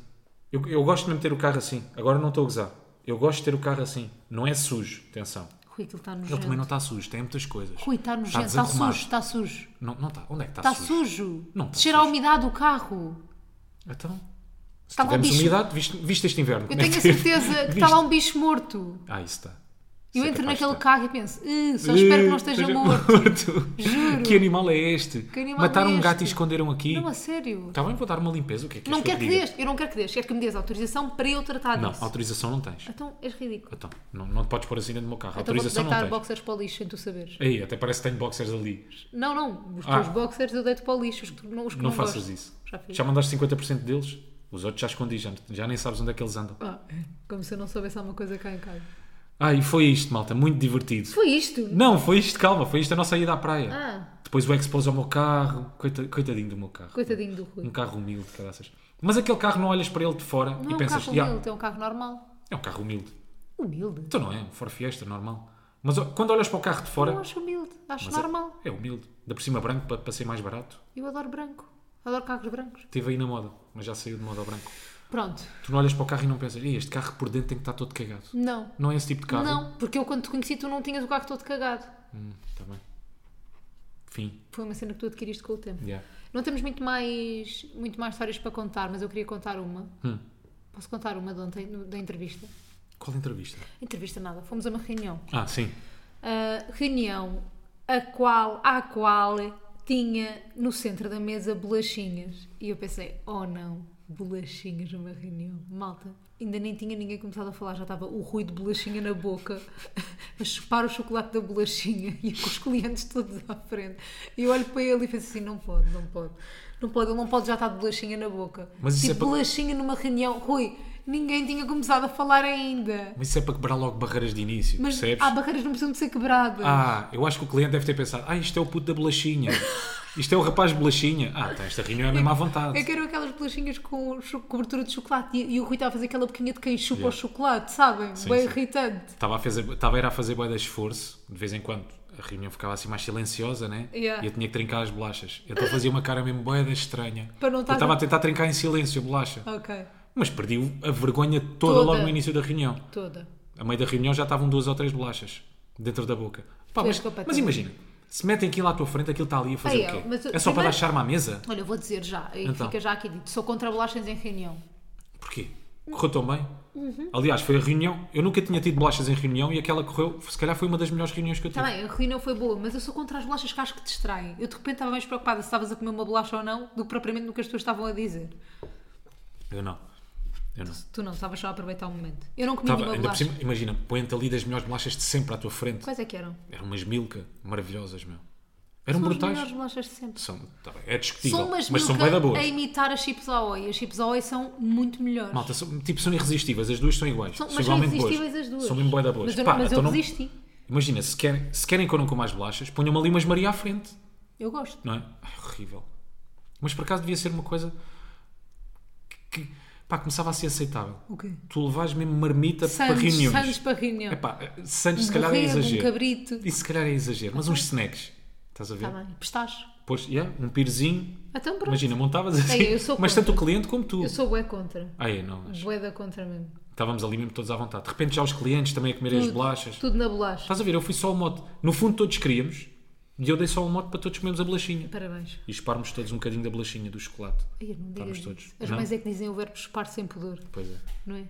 [SPEAKER 2] Eu, eu gosto mesmo de ter o carro assim. Agora não estou a gozar. Eu gosto de ter o carro assim. Não é sujo, atenção.
[SPEAKER 1] Rui, aquilo está
[SPEAKER 2] Ele também não
[SPEAKER 1] nojento.
[SPEAKER 2] está sujo, tem muitas coisas.
[SPEAKER 1] Rui, está nojento. Está
[SPEAKER 2] desarrumado.
[SPEAKER 1] sujo, está sujo.
[SPEAKER 2] Não, não está. Onde é que está,
[SPEAKER 1] Está
[SPEAKER 2] sujo?
[SPEAKER 1] sujo.
[SPEAKER 2] Não está
[SPEAKER 1] Cheira a
[SPEAKER 2] sujo.
[SPEAKER 1] umidade do carro.
[SPEAKER 2] Então, se
[SPEAKER 1] Está lá um
[SPEAKER 2] tivermos
[SPEAKER 1] bicho.
[SPEAKER 2] (laughs) umidade, viste, viste este inverno.
[SPEAKER 1] Eu
[SPEAKER 2] como é
[SPEAKER 1] tenho a
[SPEAKER 2] que teve?
[SPEAKER 1] certeza que tá
[SPEAKER 2] Viste?
[SPEAKER 1] está lá um bicho morto.
[SPEAKER 2] Ah, isso está.
[SPEAKER 1] Eu
[SPEAKER 2] Isso é
[SPEAKER 1] entro
[SPEAKER 2] capaz de
[SPEAKER 1] naquele
[SPEAKER 2] estar.
[SPEAKER 1] carro e penso, "Ih, só espero que não esteja morto. Juro.
[SPEAKER 2] Eh, Que animal é este?
[SPEAKER 1] Que animal
[SPEAKER 2] Mataram
[SPEAKER 1] é
[SPEAKER 2] um
[SPEAKER 1] este?
[SPEAKER 2] gato e esconderam aqui.
[SPEAKER 1] Não, a sério.
[SPEAKER 2] Está bem, vou dar uma limpeza. O que Tá é que
[SPEAKER 1] não
[SPEAKER 2] és
[SPEAKER 1] quero que
[SPEAKER 2] diga?
[SPEAKER 1] dês, eu não quero que dês, quero que me dês autorização para eu tratar
[SPEAKER 2] Não,
[SPEAKER 1] disso.
[SPEAKER 2] autorização não tens.
[SPEAKER 1] Então és ridículo.
[SPEAKER 2] Então, não, não te podes pôr assim dentro do meu carro.
[SPEAKER 1] Então vou-te
[SPEAKER 2] autorização
[SPEAKER 1] deitar
[SPEAKER 2] não tens.
[SPEAKER 1] boxers para o lixo sem tu saberes.
[SPEAKER 2] Aí, até parece que tenho boxers ali.
[SPEAKER 1] Não, não, os
[SPEAKER 2] Ah.
[SPEAKER 1] teus boxers eu deito para o lixo, os que tu não, os que
[SPEAKER 2] Não,
[SPEAKER 1] não
[SPEAKER 2] faças
[SPEAKER 1] gosto.
[SPEAKER 2] isso.
[SPEAKER 1] Já fiz.
[SPEAKER 2] Já mandaste 50% deles? Os outros já escondi, já, já nem sabes onde é que eles andam.
[SPEAKER 1] Ah, como se eu não soubesse alguma coisa cá em casa.
[SPEAKER 2] Ah, e foi isto, malta. Muito divertido.
[SPEAKER 1] Foi isto?
[SPEAKER 2] Não, foi isto, calma. Foi isto a nossa ida à praia.
[SPEAKER 1] Ah,
[SPEAKER 2] Depois o expôs ao meu carro. Coita- coitadinho do meu carro.
[SPEAKER 1] coitadinho do
[SPEAKER 2] Um
[SPEAKER 1] Rui.
[SPEAKER 2] carro humilde, caraças. Mas aquele carro não olhas para ele de fora
[SPEAKER 1] Não
[SPEAKER 2] e
[SPEAKER 1] é um
[SPEAKER 2] pensas...
[SPEAKER 1] carro
[SPEAKER 2] "Ya,
[SPEAKER 1] humilde, é um carro normal.
[SPEAKER 2] é um carro humilde.
[SPEAKER 1] Humilde?
[SPEAKER 2] Então não é, um Ford Fiesta, normal. Mas ó, quando olhas para o carro de fora...
[SPEAKER 1] Não acho humilde, acho
[SPEAKER 2] mas é-
[SPEAKER 1] normal.
[SPEAKER 2] É, humilde. Da por cima branco para, para ser mais barato.
[SPEAKER 1] Eu adoro branco, adoro carros brancos.
[SPEAKER 2] Teve aí na moda, mas já saiu de moda ao branco.
[SPEAKER 1] Pronto,
[SPEAKER 2] Tu não olhas para o carro e não pensas... "Ih, Este carro por dentro tem que estar todo cagado.
[SPEAKER 1] não.
[SPEAKER 2] Não é esse tipo de carro?
[SPEAKER 1] Não, porque eu quando te conheci tu não tinhas o carro todo cagado.
[SPEAKER 2] Hum, tá bem. Fim.
[SPEAKER 1] Foi uma cena que tu adquiriste com o tempo.
[SPEAKER 2] Yeah.
[SPEAKER 1] Não temos muito mais, muito mais histórias para contar, mas eu queria contar uma.
[SPEAKER 2] Hum.
[SPEAKER 1] Posso contar uma de ontem, no- da entrevista?
[SPEAKER 2] Qual entrevista?
[SPEAKER 1] Entrevista nada, fomos a uma reunião.
[SPEAKER 2] Ah, sim.
[SPEAKER 1] A reunião a qual, à qual tinha no centro da mesa bolachinhas. E eu pensei, oh não, bolachinhas numa reunião. Malta, ainda nem tinha ninguém começado a falar, já estava o ruído de bolachinha na boca, a chupar o chocolate da bolachinha e com os clientes todos à frente. E eu olho para ele e penso assim, não pode, não pode. Não pode, ele não pode já estar de bolachinha na boca.
[SPEAKER 2] Mas isso
[SPEAKER 1] tipo,
[SPEAKER 2] é para-
[SPEAKER 1] bolachinha numa reunião. Rui, ninguém tinha começado a falar ainda.
[SPEAKER 2] Mas isso é para quebrar logo barreiras de início,
[SPEAKER 1] Mas
[SPEAKER 2] percebes?
[SPEAKER 1] há barreiras que não precisam de ser quebradas.
[SPEAKER 2] Ah, eu acho que o cliente deve ter pensado: ah, isto é o puto da bolachinha. Isto é o rapaz de bolachinha. Ah, tá, esta reunião é mesmo à vontade.
[SPEAKER 1] Eu quero aquelas bolachinhas com cho- cobertura de chocolate e, e o Rui está a fazer aquela boquinha de quem chupa
[SPEAKER 2] Yeah.
[SPEAKER 1] o chocolate, sabem?
[SPEAKER 2] Sim,
[SPEAKER 1] Bem
[SPEAKER 2] sim.
[SPEAKER 1] irritante.
[SPEAKER 2] Estava a, fazer, estava a ir a fazer boia de esforço, de vez em quando. A reunião ficava assim mais silenciosa, né?
[SPEAKER 1] Yeah.
[SPEAKER 2] E eu tinha que trincar as bolachas. Então fazia uma cara mesmo boia de estranha.
[SPEAKER 1] Para não
[SPEAKER 2] eu
[SPEAKER 1] estar-
[SPEAKER 2] estava a tentar trincar em silêncio a bolacha.
[SPEAKER 1] Ok,
[SPEAKER 2] Mas perdi a vergonha toda
[SPEAKER 1] Toda.
[SPEAKER 2] logo no início da reunião.
[SPEAKER 1] toda.
[SPEAKER 2] A meio da reunião já estavam duas ou três bolachas dentro da boca. Pá,
[SPEAKER 1] Pois,
[SPEAKER 2] mas,
[SPEAKER 1] completamente.
[SPEAKER 2] mas imagina, se metem aquilo à tua frente, aquilo está ali a fazer
[SPEAKER 1] Ai,
[SPEAKER 2] o
[SPEAKER 1] eu,
[SPEAKER 2] quê?
[SPEAKER 1] mas eu-
[SPEAKER 2] é só para
[SPEAKER 1] primeiro-
[SPEAKER 2] dar charme à mesa?
[SPEAKER 1] Olha, eu vou dizer já, e
[SPEAKER 2] Então.
[SPEAKER 1] fica já aqui dito, sou contra bolachas em reunião.
[SPEAKER 2] Porquê?
[SPEAKER 1] Hum.
[SPEAKER 2] Correu tão bem?
[SPEAKER 1] Uhum.
[SPEAKER 2] Aliás, foi a reunião. Eu nunca tinha tido bolachas em reunião e aquela correu, se calhar foi uma das melhores reuniões que eu tive.
[SPEAKER 1] Está Tá bem, a reunião foi boa, mas eu sou contra as bolachas que acho que te distraem. Eu de repente estava mais preocupada se estavas a comer uma bolacha ou não do que propriamente no que as pessoas estavam a dizer.
[SPEAKER 2] Eu não. Eu não.
[SPEAKER 1] Tu não, estavas só a aproveitar o momento. Eu não comi
[SPEAKER 2] Estava-
[SPEAKER 1] nenhuma
[SPEAKER 2] ainda por
[SPEAKER 1] bolacha.
[SPEAKER 2] cima, imagina, põe-te ali das melhores bolachas de sempre à tua frente.
[SPEAKER 1] Quais é que eram?
[SPEAKER 2] Eram umas milka maravilhosas, meu. Eram
[SPEAKER 1] São as melhores
[SPEAKER 2] brutais.
[SPEAKER 1] bolachas de sempre.
[SPEAKER 2] São, tá bem, é discutível,
[SPEAKER 1] São umas
[SPEAKER 2] mas são bem da
[SPEAKER 1] milka
[SPEAKER 2] boa.
[SPEAKER 1] a imitar as chips Ahoy. As chips Ahoy são muito melhores.
[SPEAKER 2] Malta, são, tipo, são irresistíveis, as duas são iguais.
[SPEAKER 1] São, mas são
[SPEAKER 2] igualmente
[SPEAKER 1] irresistíveis as duas.
[SPEAKER 2] São mesmo bué da boas.
[SPEAKER 1] Mas eu,
[SPEAKER 2] Pá,
[SPEAKER 1] mas eu
[SPEAKER 2] então não-
[SPEAKER 1] resisti.
[SPEAKER 2] Imagina, se querem, se querem que eu não coma mais bolachas, ponham-me ali umas Maria à frente,
[SPEAKER 1] Eu gosto.
[SPEAKER 2] não é? Ai, horrível. Mas por acaso devia ser uma coisa que, pá, começava a ser aceitável.
[SPEAKER 1] O quê?
[SPEAKER 2] Tu levas mesmo marmita para
[SPEAKER 1] Sandes,
[SPEAKER 2] reuniões.
[SPEAKER 1] Sandes para reunião.
[SPEAKER 2] Epá, Santos, se
[SPEAKER 1] Um
[SPEAKER 2] calhar é
[SPEAKER 1] borrego, um
[SPEAKER 2] exagero.
[SPEAKER 1] cabrito.
[SPEAKER 2] Isso se calhar é exagero, mas uns snacks. Estás a ver?
[SPEAKER 1] Está Tá bem. Pistache.
[SPEAKER 2] Pois, yeah, um pirzinho.
[SPEAKER 1] Então pronto.
[SPEAKER 2] Imagina, montavas assim.
[SPEAKER 1] eu sou
[SPEAKER 2] mas tanto o cliente como tu.
[SPEAKER 1] Eu sou bué contra.
[SPEAKER 2] Ah, é, não. mas
[SPEAKER 1] Bué da contra mesmo.
[SPEAKER 2] Estávamos ali mesmo todos à vontade. De repente já os clientes também a comerem as
[SPEAKER 1] Tudo-
[SPEAKER 2] bolachas.
[SPEAKER 1] Tudo na bolacha.
[SPEAKER 2] Estás a ver? Eu fui só o mote. No fundo, todos queríamos. E eu dei só o mote para todos comermos a bolachinha.
[SPEAKER 1] Parabéns.
[SPEAKER 2] E chuparmos todos um bocadinho da bolachinha, do chocolate.
[SPEAKER 1] Ai, eu não digas
[SPEAKER 2] Vamos
[SPEAKER 1] isso.
[SPEAKER 2] todos.
[SPEAKER 1] As
[SPEAKER 2] Não?
[SPEAKER 1] mães é que dizem o verbo chupar sem pudor,
[SPEAKER 2] Pois é.
[SPEAKER 1] não é?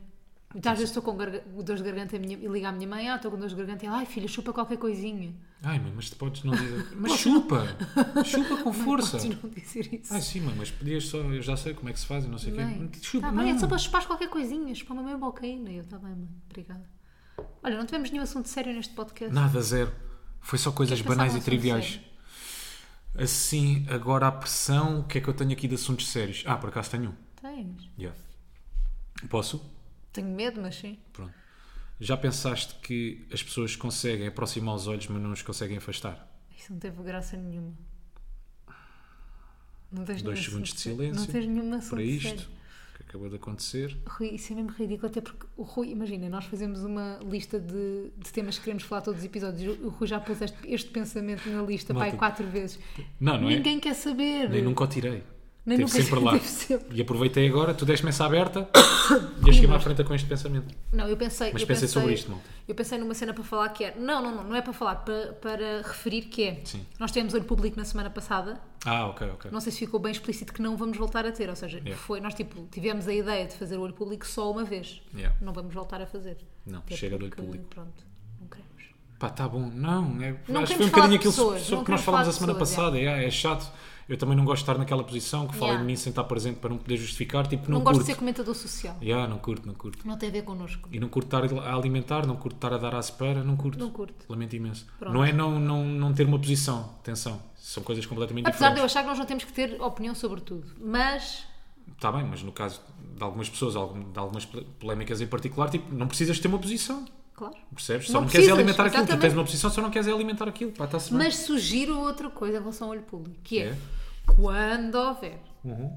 [SPEAKER 1] Muitas vezes estou com garga- dor de garganta a minha- e ligo à minha mãe, ah, estou com dor de garganta e ela, ai filha, chupa qualquer coisinha.
[SPEAKER 2] Ai, mãe, mas tu podes não
[SPEAKER 1] (laughs)
[SPEAKER 2] dizer. Mas chupa! chupa com força!
[SPEAKER 1] Podes (laughs) não dizer isso.
[SPEAKER 2] Ai, sim, mãe, mas podias só. Eu já sei como é que se faz e não sei o
[SPEAKER 1] Mãe,
[SPEAKER 2] quê. Chupa,
[SPEAKER 1] tá
[SPEAKER 2] não.
[SPEAKER 1] bem, é só para chupar qualquer coisinha, chupar-me bem a bocaína. Eu, está bem, mãe, obrigada. Olha, não tivemos nenhum assunto sério neste podcast.
[SPEAKER 2] Nada, zero. Foi só coisas
[SPEAKER 1] Queres
[SPEAKER 2] banais
[SPEAKER 1] passar
[SPEAKER 2] e
[SPEAKER 1] um
[SPEAKER 2] triviais.
[SPEAKER 1] assunto
[SPEAKER 2] Assim, agora à pressão, o que é que eu tenho aqui de assuntos sérios? Ah, por acaso tenho um.
[SPEAKER 1] Tens?
[SPEAKER 2] Yeah. Posso?
[SPEAKER 1] Tenho medo, mas sim.
[SPEAKER 2] Pronto. Já pensaste que as pessoas conseguem aproximar os olhos, mas não os conseguem afastar?
[SPEAKER 1] Isso não teve graça nenhuma. Não tens
[SPEAKER 2] Dois
[SPEAKER 1] nenhum
[SPEAKER 2] segundos
[SPEAKER 1] assunto
[SPEAKER 2] de
[SPEAKER 1] sério. Não
[SPEAKER 2] silêncio
[SPEAKER 1] tens nenhum assunto
[SPEAKER 2] para isto
[SPEAKER 1] sério.
[SPEAKER 2] que acabou de acontecer.
[SPEAKER 1] Rui, isso é mesmo ridículo, até porque o Rui, imagina, nós fazemos uma lista de, de temas que queremos falar todos os episódios. O Rui já pôs este, este pensamento na lista,
[SPEAKER 2] Malta.
[SPEAKER 1] pai, quatro vezes.
[SPEAKER 2] Não, não
[SPEAKER 1] Ninguém quer saber.
[SPEAKER 2] é? Nem nunca o tirei.
[SPEAKER 1] Nem
[SPEAKER 2] Teve
[SPEAKER 1] nunca-
[SPEAKER 2] sempre lá.
[SPEAKER 1] teve sempre.
[SPEAKER 2] E aproveitei agora, tu deste-me
[SPEAKER 1] (coughs)
[SPEAKER 2] essa aberta e cheguei-me à frente com este pensamento.
[SPEAKER 1] Não, eu pensei.
[SPEAKER 2] Mas
[SPEAKER 1] eu
[SPEAKER 2] pensa
[SPEAKER 1] pensei
[SPEAKER 2] sobre isto, malta.
[SPEAKER 1] Eu pensei numa cena para falar que é. Não, não, não, não é para falar, para, para referir que é.
[SPEAKER 2] Sim.
[SPEAKER 1] Nós tivemos olho público na semana passada,
[SPEAKER 2] Ah, ok, ok.
[SPEAKER 1] não sei se ficou bem explícito que não vamos voltar a ter, ou seja,
[SPEAKER 2] Yeah.
[SPEAKER 1] foi, nós tipo, tivemos a ideia de fazer o olho público só uma vez.
[SPEAKER 2] Yeah.
[SPEAKER 1] Não vamos voltar a fazer.
[SPEAKER 2] Não,
[SPEAKER 1] Até
[SPEAKER 2] chega de olho
[SPEAKER 1] porque,
[SPEAKER 2] público.
[SPEAKER 1] Pronto, não queremos.
[SPEAKER 2] Pá, tá bom. Não, é,
[SPEAKER 1] Não queremos
[SPEAKER 2] acho que foi um
[SPEAKER 1] falar de
[SPEAKER 2] bocadinho aquilo
[SPEAKER 1] pessoas,
[SPEAKER 2] só
[SPEAKER 1] não
[SPEAKER 2] que nós
[SPEAKER 1] queremos
[SPEAKER 2] falámos
[SPEAKER 1] falar
[SPEAKER 2] a
[SPEAKER 1] de
[SPEAKER 2] semana
[SPEAKER 1] pessoas,
[SPEAKER 2] passada. É. é chato. Eu também não gosto de estar naquela posição que falem
[SPEAKER 1] Yeah.
[SPEAKER 2] de mim sem estar presente para não poder justificar. Tipo, não,
[SPEAKER 1] Não, gosto
[SPEAKER 2] curto.
[SPEAKER 1] de ser comentador social.
[SPEAKER 2] Yeah, não curto, não curto.
[SPEAKER 1] Não tem a ver connosco.
[SPEAKER 2] E não curto estar a alimentar, não curto estar a dar à espera, não curto.
[SPEAKER 1] Não curto.
[SPEAKER 2] Lamento imenso.
[SPEAKER 1] Pronto.
[SPEAKER 2] Não é não, não, não ter uma posição, atenção. São coisas completamente
[SPEAKER 1] Apesar de eu
[SPEAKER 2] diferentes.
[SPEAKER 1] achar que nós não temos que ter opinião sobre tudo. Mas
[SPEAKER 2] Está Tá bem, mas no caso de algumas pessoas, algum- de algumas pole- polémicas em particular, tipo, não precisas ter uma posição.
[SPEAKER 1] Claro.
[SPEAKER 2] Percebes? Só não,
[SPEAKER 1] Não
[SPEAKER 2] queres é
[SPEAKER 1] precisas,
[SPEAKER 2] alimentar aquilo. Tu
[SPEAKER 1] exatamente.
[SPEAKER 2] tens uma posição, só não queres é alimentar aquilo. Pá, está-se bem.
[SPEAKER 1] Mas sugiro outra coisa em relação ao olho público, que é,
[SPEAKER 2] É. Uhum.
[SPEAKER 1] quando houver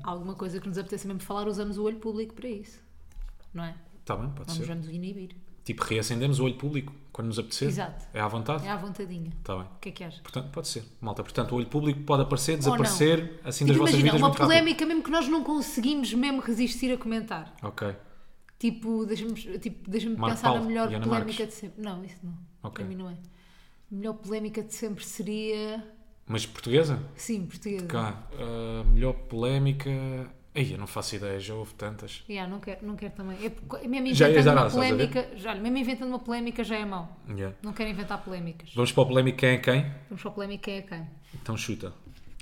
[SPEAKER 1] alguma coisa que nos apeteça mesmo falar, usamos o olho público para isso. Não é?
[SPEAKER 2] Está Tá bem, pode
[SPEAKER 1] Vamos,
[SPEAKER 2] ser.
[SPEAKER 1] vamos inibir.
[SPEAKER 2] Tipo, reacendemos o olho público quando nos apetecer.
[SPEAKER 1] Exato.
[SPEAKER 2] É à vontade.
[SPEAKER 1] É à vontadinha.
[SPEAKER 2] Está bem.
[SPEAKER 1] O que é que acha?
[SPEAKER 2] Portanto, pode ser. Malta, portanto, o olho público pode aparecer,
[SPEAKER 1] não.
[SPEAKER 2] desaparecer, assim das
[SPEAKER 1] Tipo,
[SPEAKER 2] vossas
[SPEAKER 1] imagina,
[SPEAKER 2] vidas
[SPEAKER 1] uma
[SPEAKER 2] muito rápido.
[SPEAKER 1] polémica mesmo que nós não conseguimos mesmo resistir a comentar.
[SPEAKER 2] Ok.
[SPEAKER 1] Tipo, deixa-me tipo, deixa
[SPEAKER 2] Marco
[SPEAKER 1] pensar
[SPEAKER 2] Paulo,
[SPEAKER 1] na melhor
[SPEAKER 2] Diana
[SPEAKER 1] polémica
[SPEAKER 2] Marques.
[SPEAKER 1] de sempre. Não, isso não. Para
[SPEAKER 2] Ok.
[SPEAKER 1] mim não é. A melhor polémica de sempre seria.
[SPEAKER 2] Mas portuguesa?
[SPEAKER 1] Sim, portuguesa.
[SPEAKER 2] Cá, a melhor polémica. Aí eu não faço ideia, já houve tantas.
[SPEAKER 1] Yeah, não quero, não quero também. É porque mesmo
[SPEAKER 2] Já
[SPEAKER 1] inventando
[SPEAKER 2] ias dar
[SPEAKER 1] uma
[SPEAKER 2] asas, estás a ver?
[SPEAKER 1] polémica, já, olha, mesmo inventando uma polémica já é mau.
[SPEAKER 2] Yeah.
[SPEAKER 1] Não quero inventar polémicas.
[SPEAKER 2] Vamos para o polémico quem é quem?
[SPEAKER 1] Vamos para a polémica é a quem?
[SPEAKER 2] Então chuta.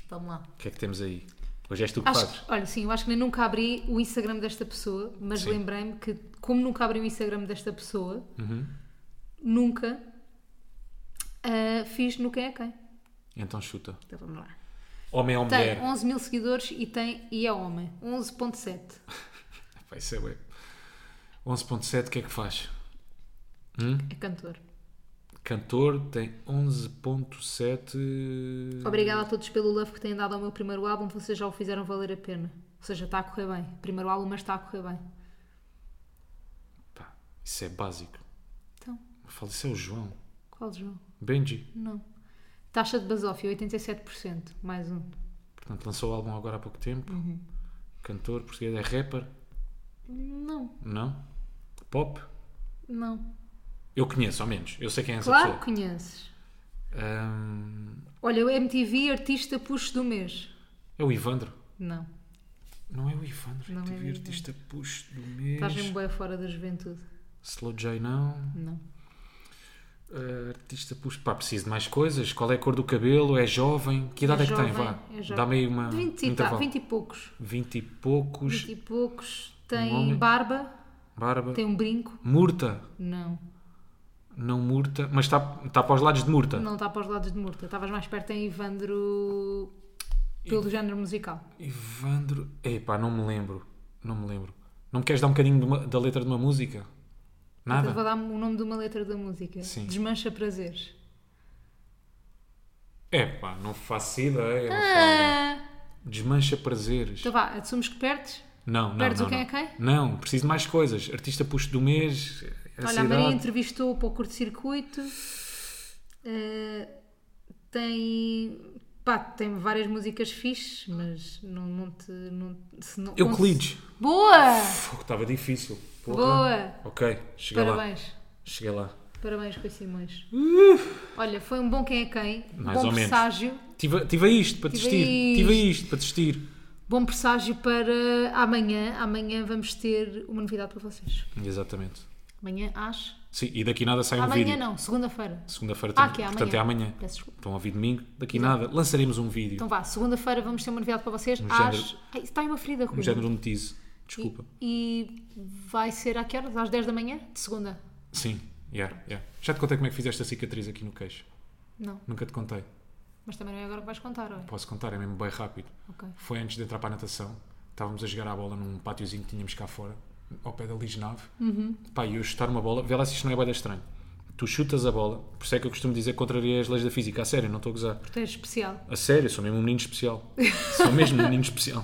[SPEAKER 1] Vamos lá.
[SPEAKER 2] O que é que temos aí? Hoje és tu que
[SPEAKER 1] Acho
[SPEAKER 2] fazes.
[SPEAKER 1] que- olha, sim, eu acho que nem nunca abri o Instagram desta pessoa, mas
[SPEAKER 2] Sim.
[SPEAKER 1] lembrei-me que, como nunca abri o Instagram desta pessoa,
[SPEAKER 2] Uhum.
[SPEAKER 1] nunca ah, fiz no quem é quem.
[SPEAKER 2] Então chuta.
[SPEAKER 1] Então vamos lá.
[SPEAKER 2] Homem ou
[SPEAKER 1] Tem
[SPEAKER 2] mulher?
[SPEAKER 1] 11 mil seguidores e, tem, e é homem. 11.7.
[SPEAKER 2] Vai ser web. 11.7, o que é que faz?
[SPEAKER 1] É cantor.
[SPEAKER 2] Cantor tem 11.7.
[SPEAKER 1] Obrigada a todos pelo love que têm dado ao meu primeiro álbum, vocês já o fizeram valer a pena. Ou seja, está a correr bem. Primeiro álbum, mas está a correr bem.
[SPEAKER 2] Pá, isso é básico.
[SPEAKER 1] Então,
[SPEAKER 2] Fala, isso é o João.
[SPEAKER 1] qual João?
[SPEAKER 2] Benji.
[SPEAKER 1] Não. Taxa de basófia, 87%. Mais um.
[SPEAKER 2] Portanto, lançou o álbum agora há pouco tempo.
[SPEAKER 1] Uhum.
[SPEAKER 2] Cantor português, é rapper?
[SPEAKER 1] Não,
[SPEAKER 2] Não? Pop?
[SPEAKER 1] não.
[SPEAKER 2] Eu conheço, ao menos. Eu sei quem é essa
[SPEAKER 1] Claro que
[SPEAKER 2] pessoa.
[SPEAKER 1] conheces.
[SPEAKER 2] Ahm,
[SPEAKER 1] Olha, o MTV Artista Puxo do Mês.
[SPEAKER 2] é o Ivandro.
[SPEAKER 1] Não.
[SPEAKER 2] Não é o Ivandro.
[SPEAKER 1] Não
[SPEAKER 2] Não
[SPEAKER 1] é o
[SPEAKER 2] é
[SPEAKER 1] Ivandro. Tá
[SPEAKER 2] artista puxo do mês.
[SPEAKER 1] Estás mesmo bem fora da juventude.
[SPEAKER 2] Slow J não.
[SPEAKER 1] Não.
[SPEAKER 2] Ah, artista puxo. Pá, preciso de mais coisas. Qual é a cor do cabelo? É jovem? Que idade é, que tem?
[SPEAKER 1] jovem,
[SPEAKER 2] Vá.
[SPEAKER 1] é jovem.
[SPEAKER 2] Dá-me aí uma. um
[SPEAKER 1] 20 e, tá,
[SPEAKER 2] intervalo.
[SPEAKER 1] 20 e poucos.
[SPEAKER 2] 20 e poucos.
[SPEAKER 1] 20 e poucos.
[SPEAKER 2] Um homem.
[SPEAKER 1] Tem barba,
[SPEAKER 2] Barba.
[SPEAKER 1] tem um brinco.
[SPEAKER 2] Murta.
[SPEAKER 1] Não.
[SPEAKER 2] Não Murta. Mas está tá para os lados de Murta.
[SPEAKER 1] Não está para os lados de Murta. Estavas mais perto em Ivandro. pelo género musical.
[SPEAKER 2] Ivandro. Epá, não me lembro. Não me lembro. Não me queres dar um bocadinho de uma- da letra de uma música?
[SPEAKER 1] Então vou
[SPEAKER 2] Nada?
[SPEAKER 1] dar-me o nome de uma letra da música.
[SPEAKER 2] Sim.
[SPEAKER 1] Desmancha prazeres.
[SPEAKER 2] Epá, não faço ideia.
[SPEAKER 1] Ah!
[SPEAKER 2] Desmancha prazeres.
[SPEAKER 1] Então vá, assumes que perdes.
[SPEAKER 2] Não, não,
[SPEAKER 1] Perdes
[SPEAKER 2] não,
[SPEAKER 1] o quem
[SPEAKER 2] não.
[SPEAKER 1] é quem?
[SPEAKER 2] Não, preciso de mais coisas. Artista puxo do mês. Essa
[SPEAKER 1] Olha, a Maria
[SPEAKER 2] idade.
[SPEAKER 1] entrevistou para o curto-circuito. Eh, tem. Pá, tem várias músicas fixes, mas não, não te. Não, se não,
[SPEAKER 2] Euclides.
[SPEAKER 1] Boa!
[SPEAKER 2] Fogo, Estava difícil. Porra.
[SPEAKER 1] Boa!
[SPEAKER 2] Ok, cheguei lá.
[SPEAKER 1] Parabéns.
[SPEAKER 2] Cheguei lá.
[SPEAKER 1] Parabéns, Rui Simões. Olha, foi um bom quem é quem,
[SPEAKER 2] Mais
[SPEAKER 1] bom
[SPEAKER 2] ou menos.
[SPEAKER 1] presságio,
[SPEAKER 2] Tive, tive a isto para
[SPEAKER 1] Tive
[SPEAKER 2] desistir.
[SPEAKER 1] a
[SPEAKER 2] Tive a isto para desistir.
[SPEAKER 1] bom presságio para amanhã. Amanhã vamos ter uma novidade para vocês.
[SPEAKER 2] Exatamente.
[SPEAKER 1] Amanhã, às.
[SPEAKER 2] Sim, e daqui nada sai um
[SPEAKER 1] amanhã
[SPEAKER 2] vídeo.
[SPEAKER 1] não, segunda-feira.
[SPEAKER 2] Segunda-feira
[SPEAKER 1] Ah,
[SPEAKER 2] tem-
[SPEAKER 1] que é amanhã.
[SPEAKER 2] Portanto, é amanhã.
[SPEAKER 1] Peço desculpa.
[SPEAKER 2] Estão a ouvir domingo. Daqui nada lançaremos um vídeo.
[SPEAKER 1] Então vá, segunda-feira vamos ter uma novidade para vocês.
[SPEAKER 2] género-
[SPEAKER 1] às. Ai, está aí uma ferida, Rui.
[SPEAKER 2] um género de um tease. Desculpa.
[SPEAKER 1] E vai ser a que horas? Às 10 da manhã? De segunda?
[SPEAKER 2] Sim, yeah, yeah. Já te contei como é que fiz esta cicatriz aqui no queixo.
[SPEAKER 1] Não.
[SPEAKER 2] Nunca te contei.
[SPEAKER 1] Mas também não é agora que vais contar, olha.
[SPEAKER 2] Posso contar, é mesmo bem rápido.
[SPEAKER 1] Ok.
[SPEAKER 2] Foi antes de entrar para a natação. Estávamos a jogar a bola num pátiozinho que tínhamos cá fora, ao pé da Lisnave. Pá, e eu chutar uma bola, vê lá se isto não é bem estranho. Tu chutas a bola, por isso é que eu costumo dizer que contraria as leis da física. A sério, não estou a gozar.
[SPEAKER 1] Porque tu és especial.
[SPEAKER 2] A sério, sou mesmo um menino especial. sou mesmo um menino especial.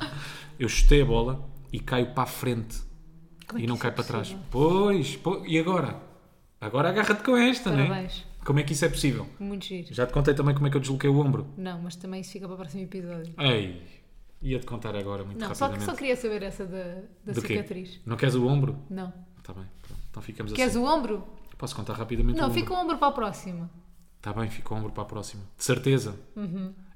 [SPEAKER 2] Eu chutei a bola e caio para a frente.
[SPEAKER 1] Como é
[SPEAKER 2] e
[SPEAKER 1] que
[SPEAKER 2] não
[SPEAKER 1] isso
[SPEAKER 2] cai
[SPEAKER 1] é
[SPEAKER 2] para trás.
[SPEAKER 1] possível?
[SPEAKER 2] Pois, po- e agora? Agora agarra-te com esta, não é?
[SPEAKER 1] Parabéns.
[SPEAKER 2] Como é que isso é possível?
[SPEAKER 1] Muito giro.
[SPEAKER 2] Já te contei também como é que eu desloquei o ombro.
[SPEAKER 1] Não, mas também isso fica para o próximo episódio.
[SPEAKER 2] Ei, ia-te contar agora muito
[SPEAKER 1] Não, só,
[SPEAKER 2] rapidamente.
[SPEAKER 1] só queria saber essa da, da
[SPEAKER 2] Do quê?
[SPEAKER 1] cicatriz.
[SPEAKER 2] Não queres o ombro?
[SPEAKER 1] Não.
[SPEAKER 2] Está bem, pronto. então ficamos
[SPEAKER 1] Queres
[SPEAKER 2] assim.
[SPEAKER 1] o ombro?
[SPEAKER 2] Posso contar rapidamente o
[SPEAKER 1] Não,
[SPEAKER 2] ombro?
[SPEAKER 1] fica o ombro para a próxima.
[SPEAKER 2] Está bem, fica o ombro para a próxima. De certeza.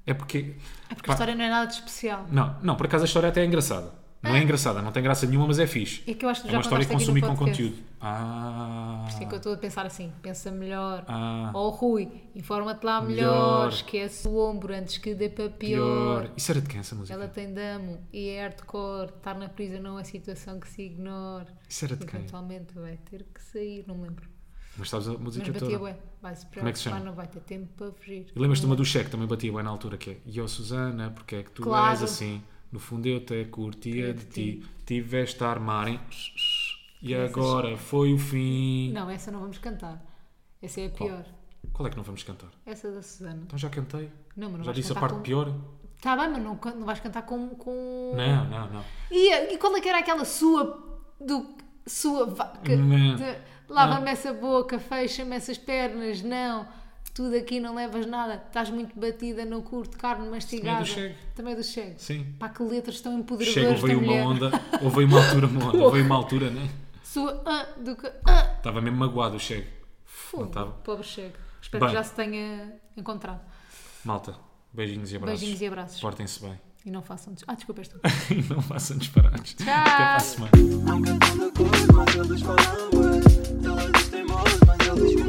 [SPEAKER 2] É porque...
[SPEAKER 1] É porque
[SPEAKER 2] Pá.
[SPEAKER 1] a história não é nada de especial.
[SPEAKER 2] Não, não, por acaso a história até é engraçada. Não é engraçada, não tem graça nenhuma, mas é fixe.
[SPEAKER 1] É que eu acho que
[SPEAKER 2] é
[SPEAKER 1] Ah. já
[SPEAKER 2] uma história que
[SPEAKER 1] contaste
[SPEAKER 2] consumi
[SPEAKER 1] aqui no
[SPEAKER 2] com
[SPEAKER 1] podcast.
[SPEAKER 2] conteúdo. Ah.
[SPEAKER 1] Por isso é que eu estou a pensar assim, pensa melhor.
[SPEAKER 2] Ah.
[SPEAKER 1] Ou Rui, informa-te lá melhor,
[SPEAKER 2] Melhor.
[SPEAKER 1] esquece o ombro antes que dê para pior.
[SPEAKER 2] Pior. Isso era de quem essa música?
[SPEAKER 1] Ela tem damo e é hardcore. Estar na prisão não é situação que se ignore.
[SPEAKER 2] Isso era de quem?
[SPEAKER 1] Eventualmente vai ter que sair, não me lembro.
[SPEAKER 2] Mas sabes a
[SPEAKER 1] Mas
[SPEAKER 2] música
[SPEAKER 1] batia
[SPEAKER 2] toda?
[SPEAKER 1] bué. Hum. Vai-se para
[SPEAKER 2] Como é que se chama?
[SPEAKER 1] lá, não vai ter tempo para fugir.
[SPEAKER 2] E lembras-te de uma do Cheque, também batia bem na altura, que é Yo Susana, porque é que tu
[SPEAKER 1] Claro.
[SPEAKER 2] és assim? No fundo eu te curtia de ti, tiveste a armar em... E agora foi o fim.
[SPEAKER 1] Não, essa não vamos cantar. Essa é a pior.
[SPEAKER 2] Qual é que não vamos cantar?
[SPEAKER 1] Essa da Susana.
[SPEAKER 2] Então já cantei.
[SPEAKER 1] Não, mas não
[SPEAKER 2] Já
[SPEAKER 1] vais
[SPEAKER 2] disse a
[SPEAKER 1] cantar
[SPEAKER 2] parte
[SPEAKER 1] com...
[SPEAKER 2] pior?
[SPEAKER 1] Tá bem, mas não, can- não vais cantar com. com...
[SPEAKER 2] Não, não, não.
[SPEAKER 1] E, a- e qual é que era aquela sua. do. sua vaca?
[SPEAKER 2] Não. é. Ah.
[SPEAKER 1] de- Lava-me essa boca, fecha-me essas pernas, não. Tudo aqui não levas nada, estás muito batida, não curto carne mastigada.
[SPEAKER 2] Chegue.
[SPEAKER 1] Também é do Chego.
[SPEAKER 2] Sim.
[SPEAKER 1] Pá, que letras tão empoderadoras
[SPEAKER 2] Chega,
[SPEAKER 1] da
[SPEAKER 2] houve aí uma
[SPEAKER 1] mulher.
[SPEAKER 2] onda, houve aí uma altura, uma onda, houve aí uma altura, né?
[SPEAKER 1] Sua. Ah, do que. Ah,
[SPEAKER 2] Estava mesmo magoado o Chego.
[SPEAKER 1] fogo.
[SPEAKER 2] tava.
[SPEAKER 1] Pobre Chego. Espero
[SPEAKER 2] Bem.
[SPEAKER 1] que já se tenha encontrado.
[SPEAKER 2] Malta, beijinhos e abraços.
[SPEAKER 1] Beijinhos e abraços.
[SPEAKER 2] Portem-se bem. (laughs)
[SPEAKER 1] E não façam. des- Ah, desculpa, estou.
[SPEAKER 2] e não façam disparados. Até para a semana.
[SPEAKER 3] Não cantando cor, mas eles falam bué. Elas dizem amor, mas eles não. uh,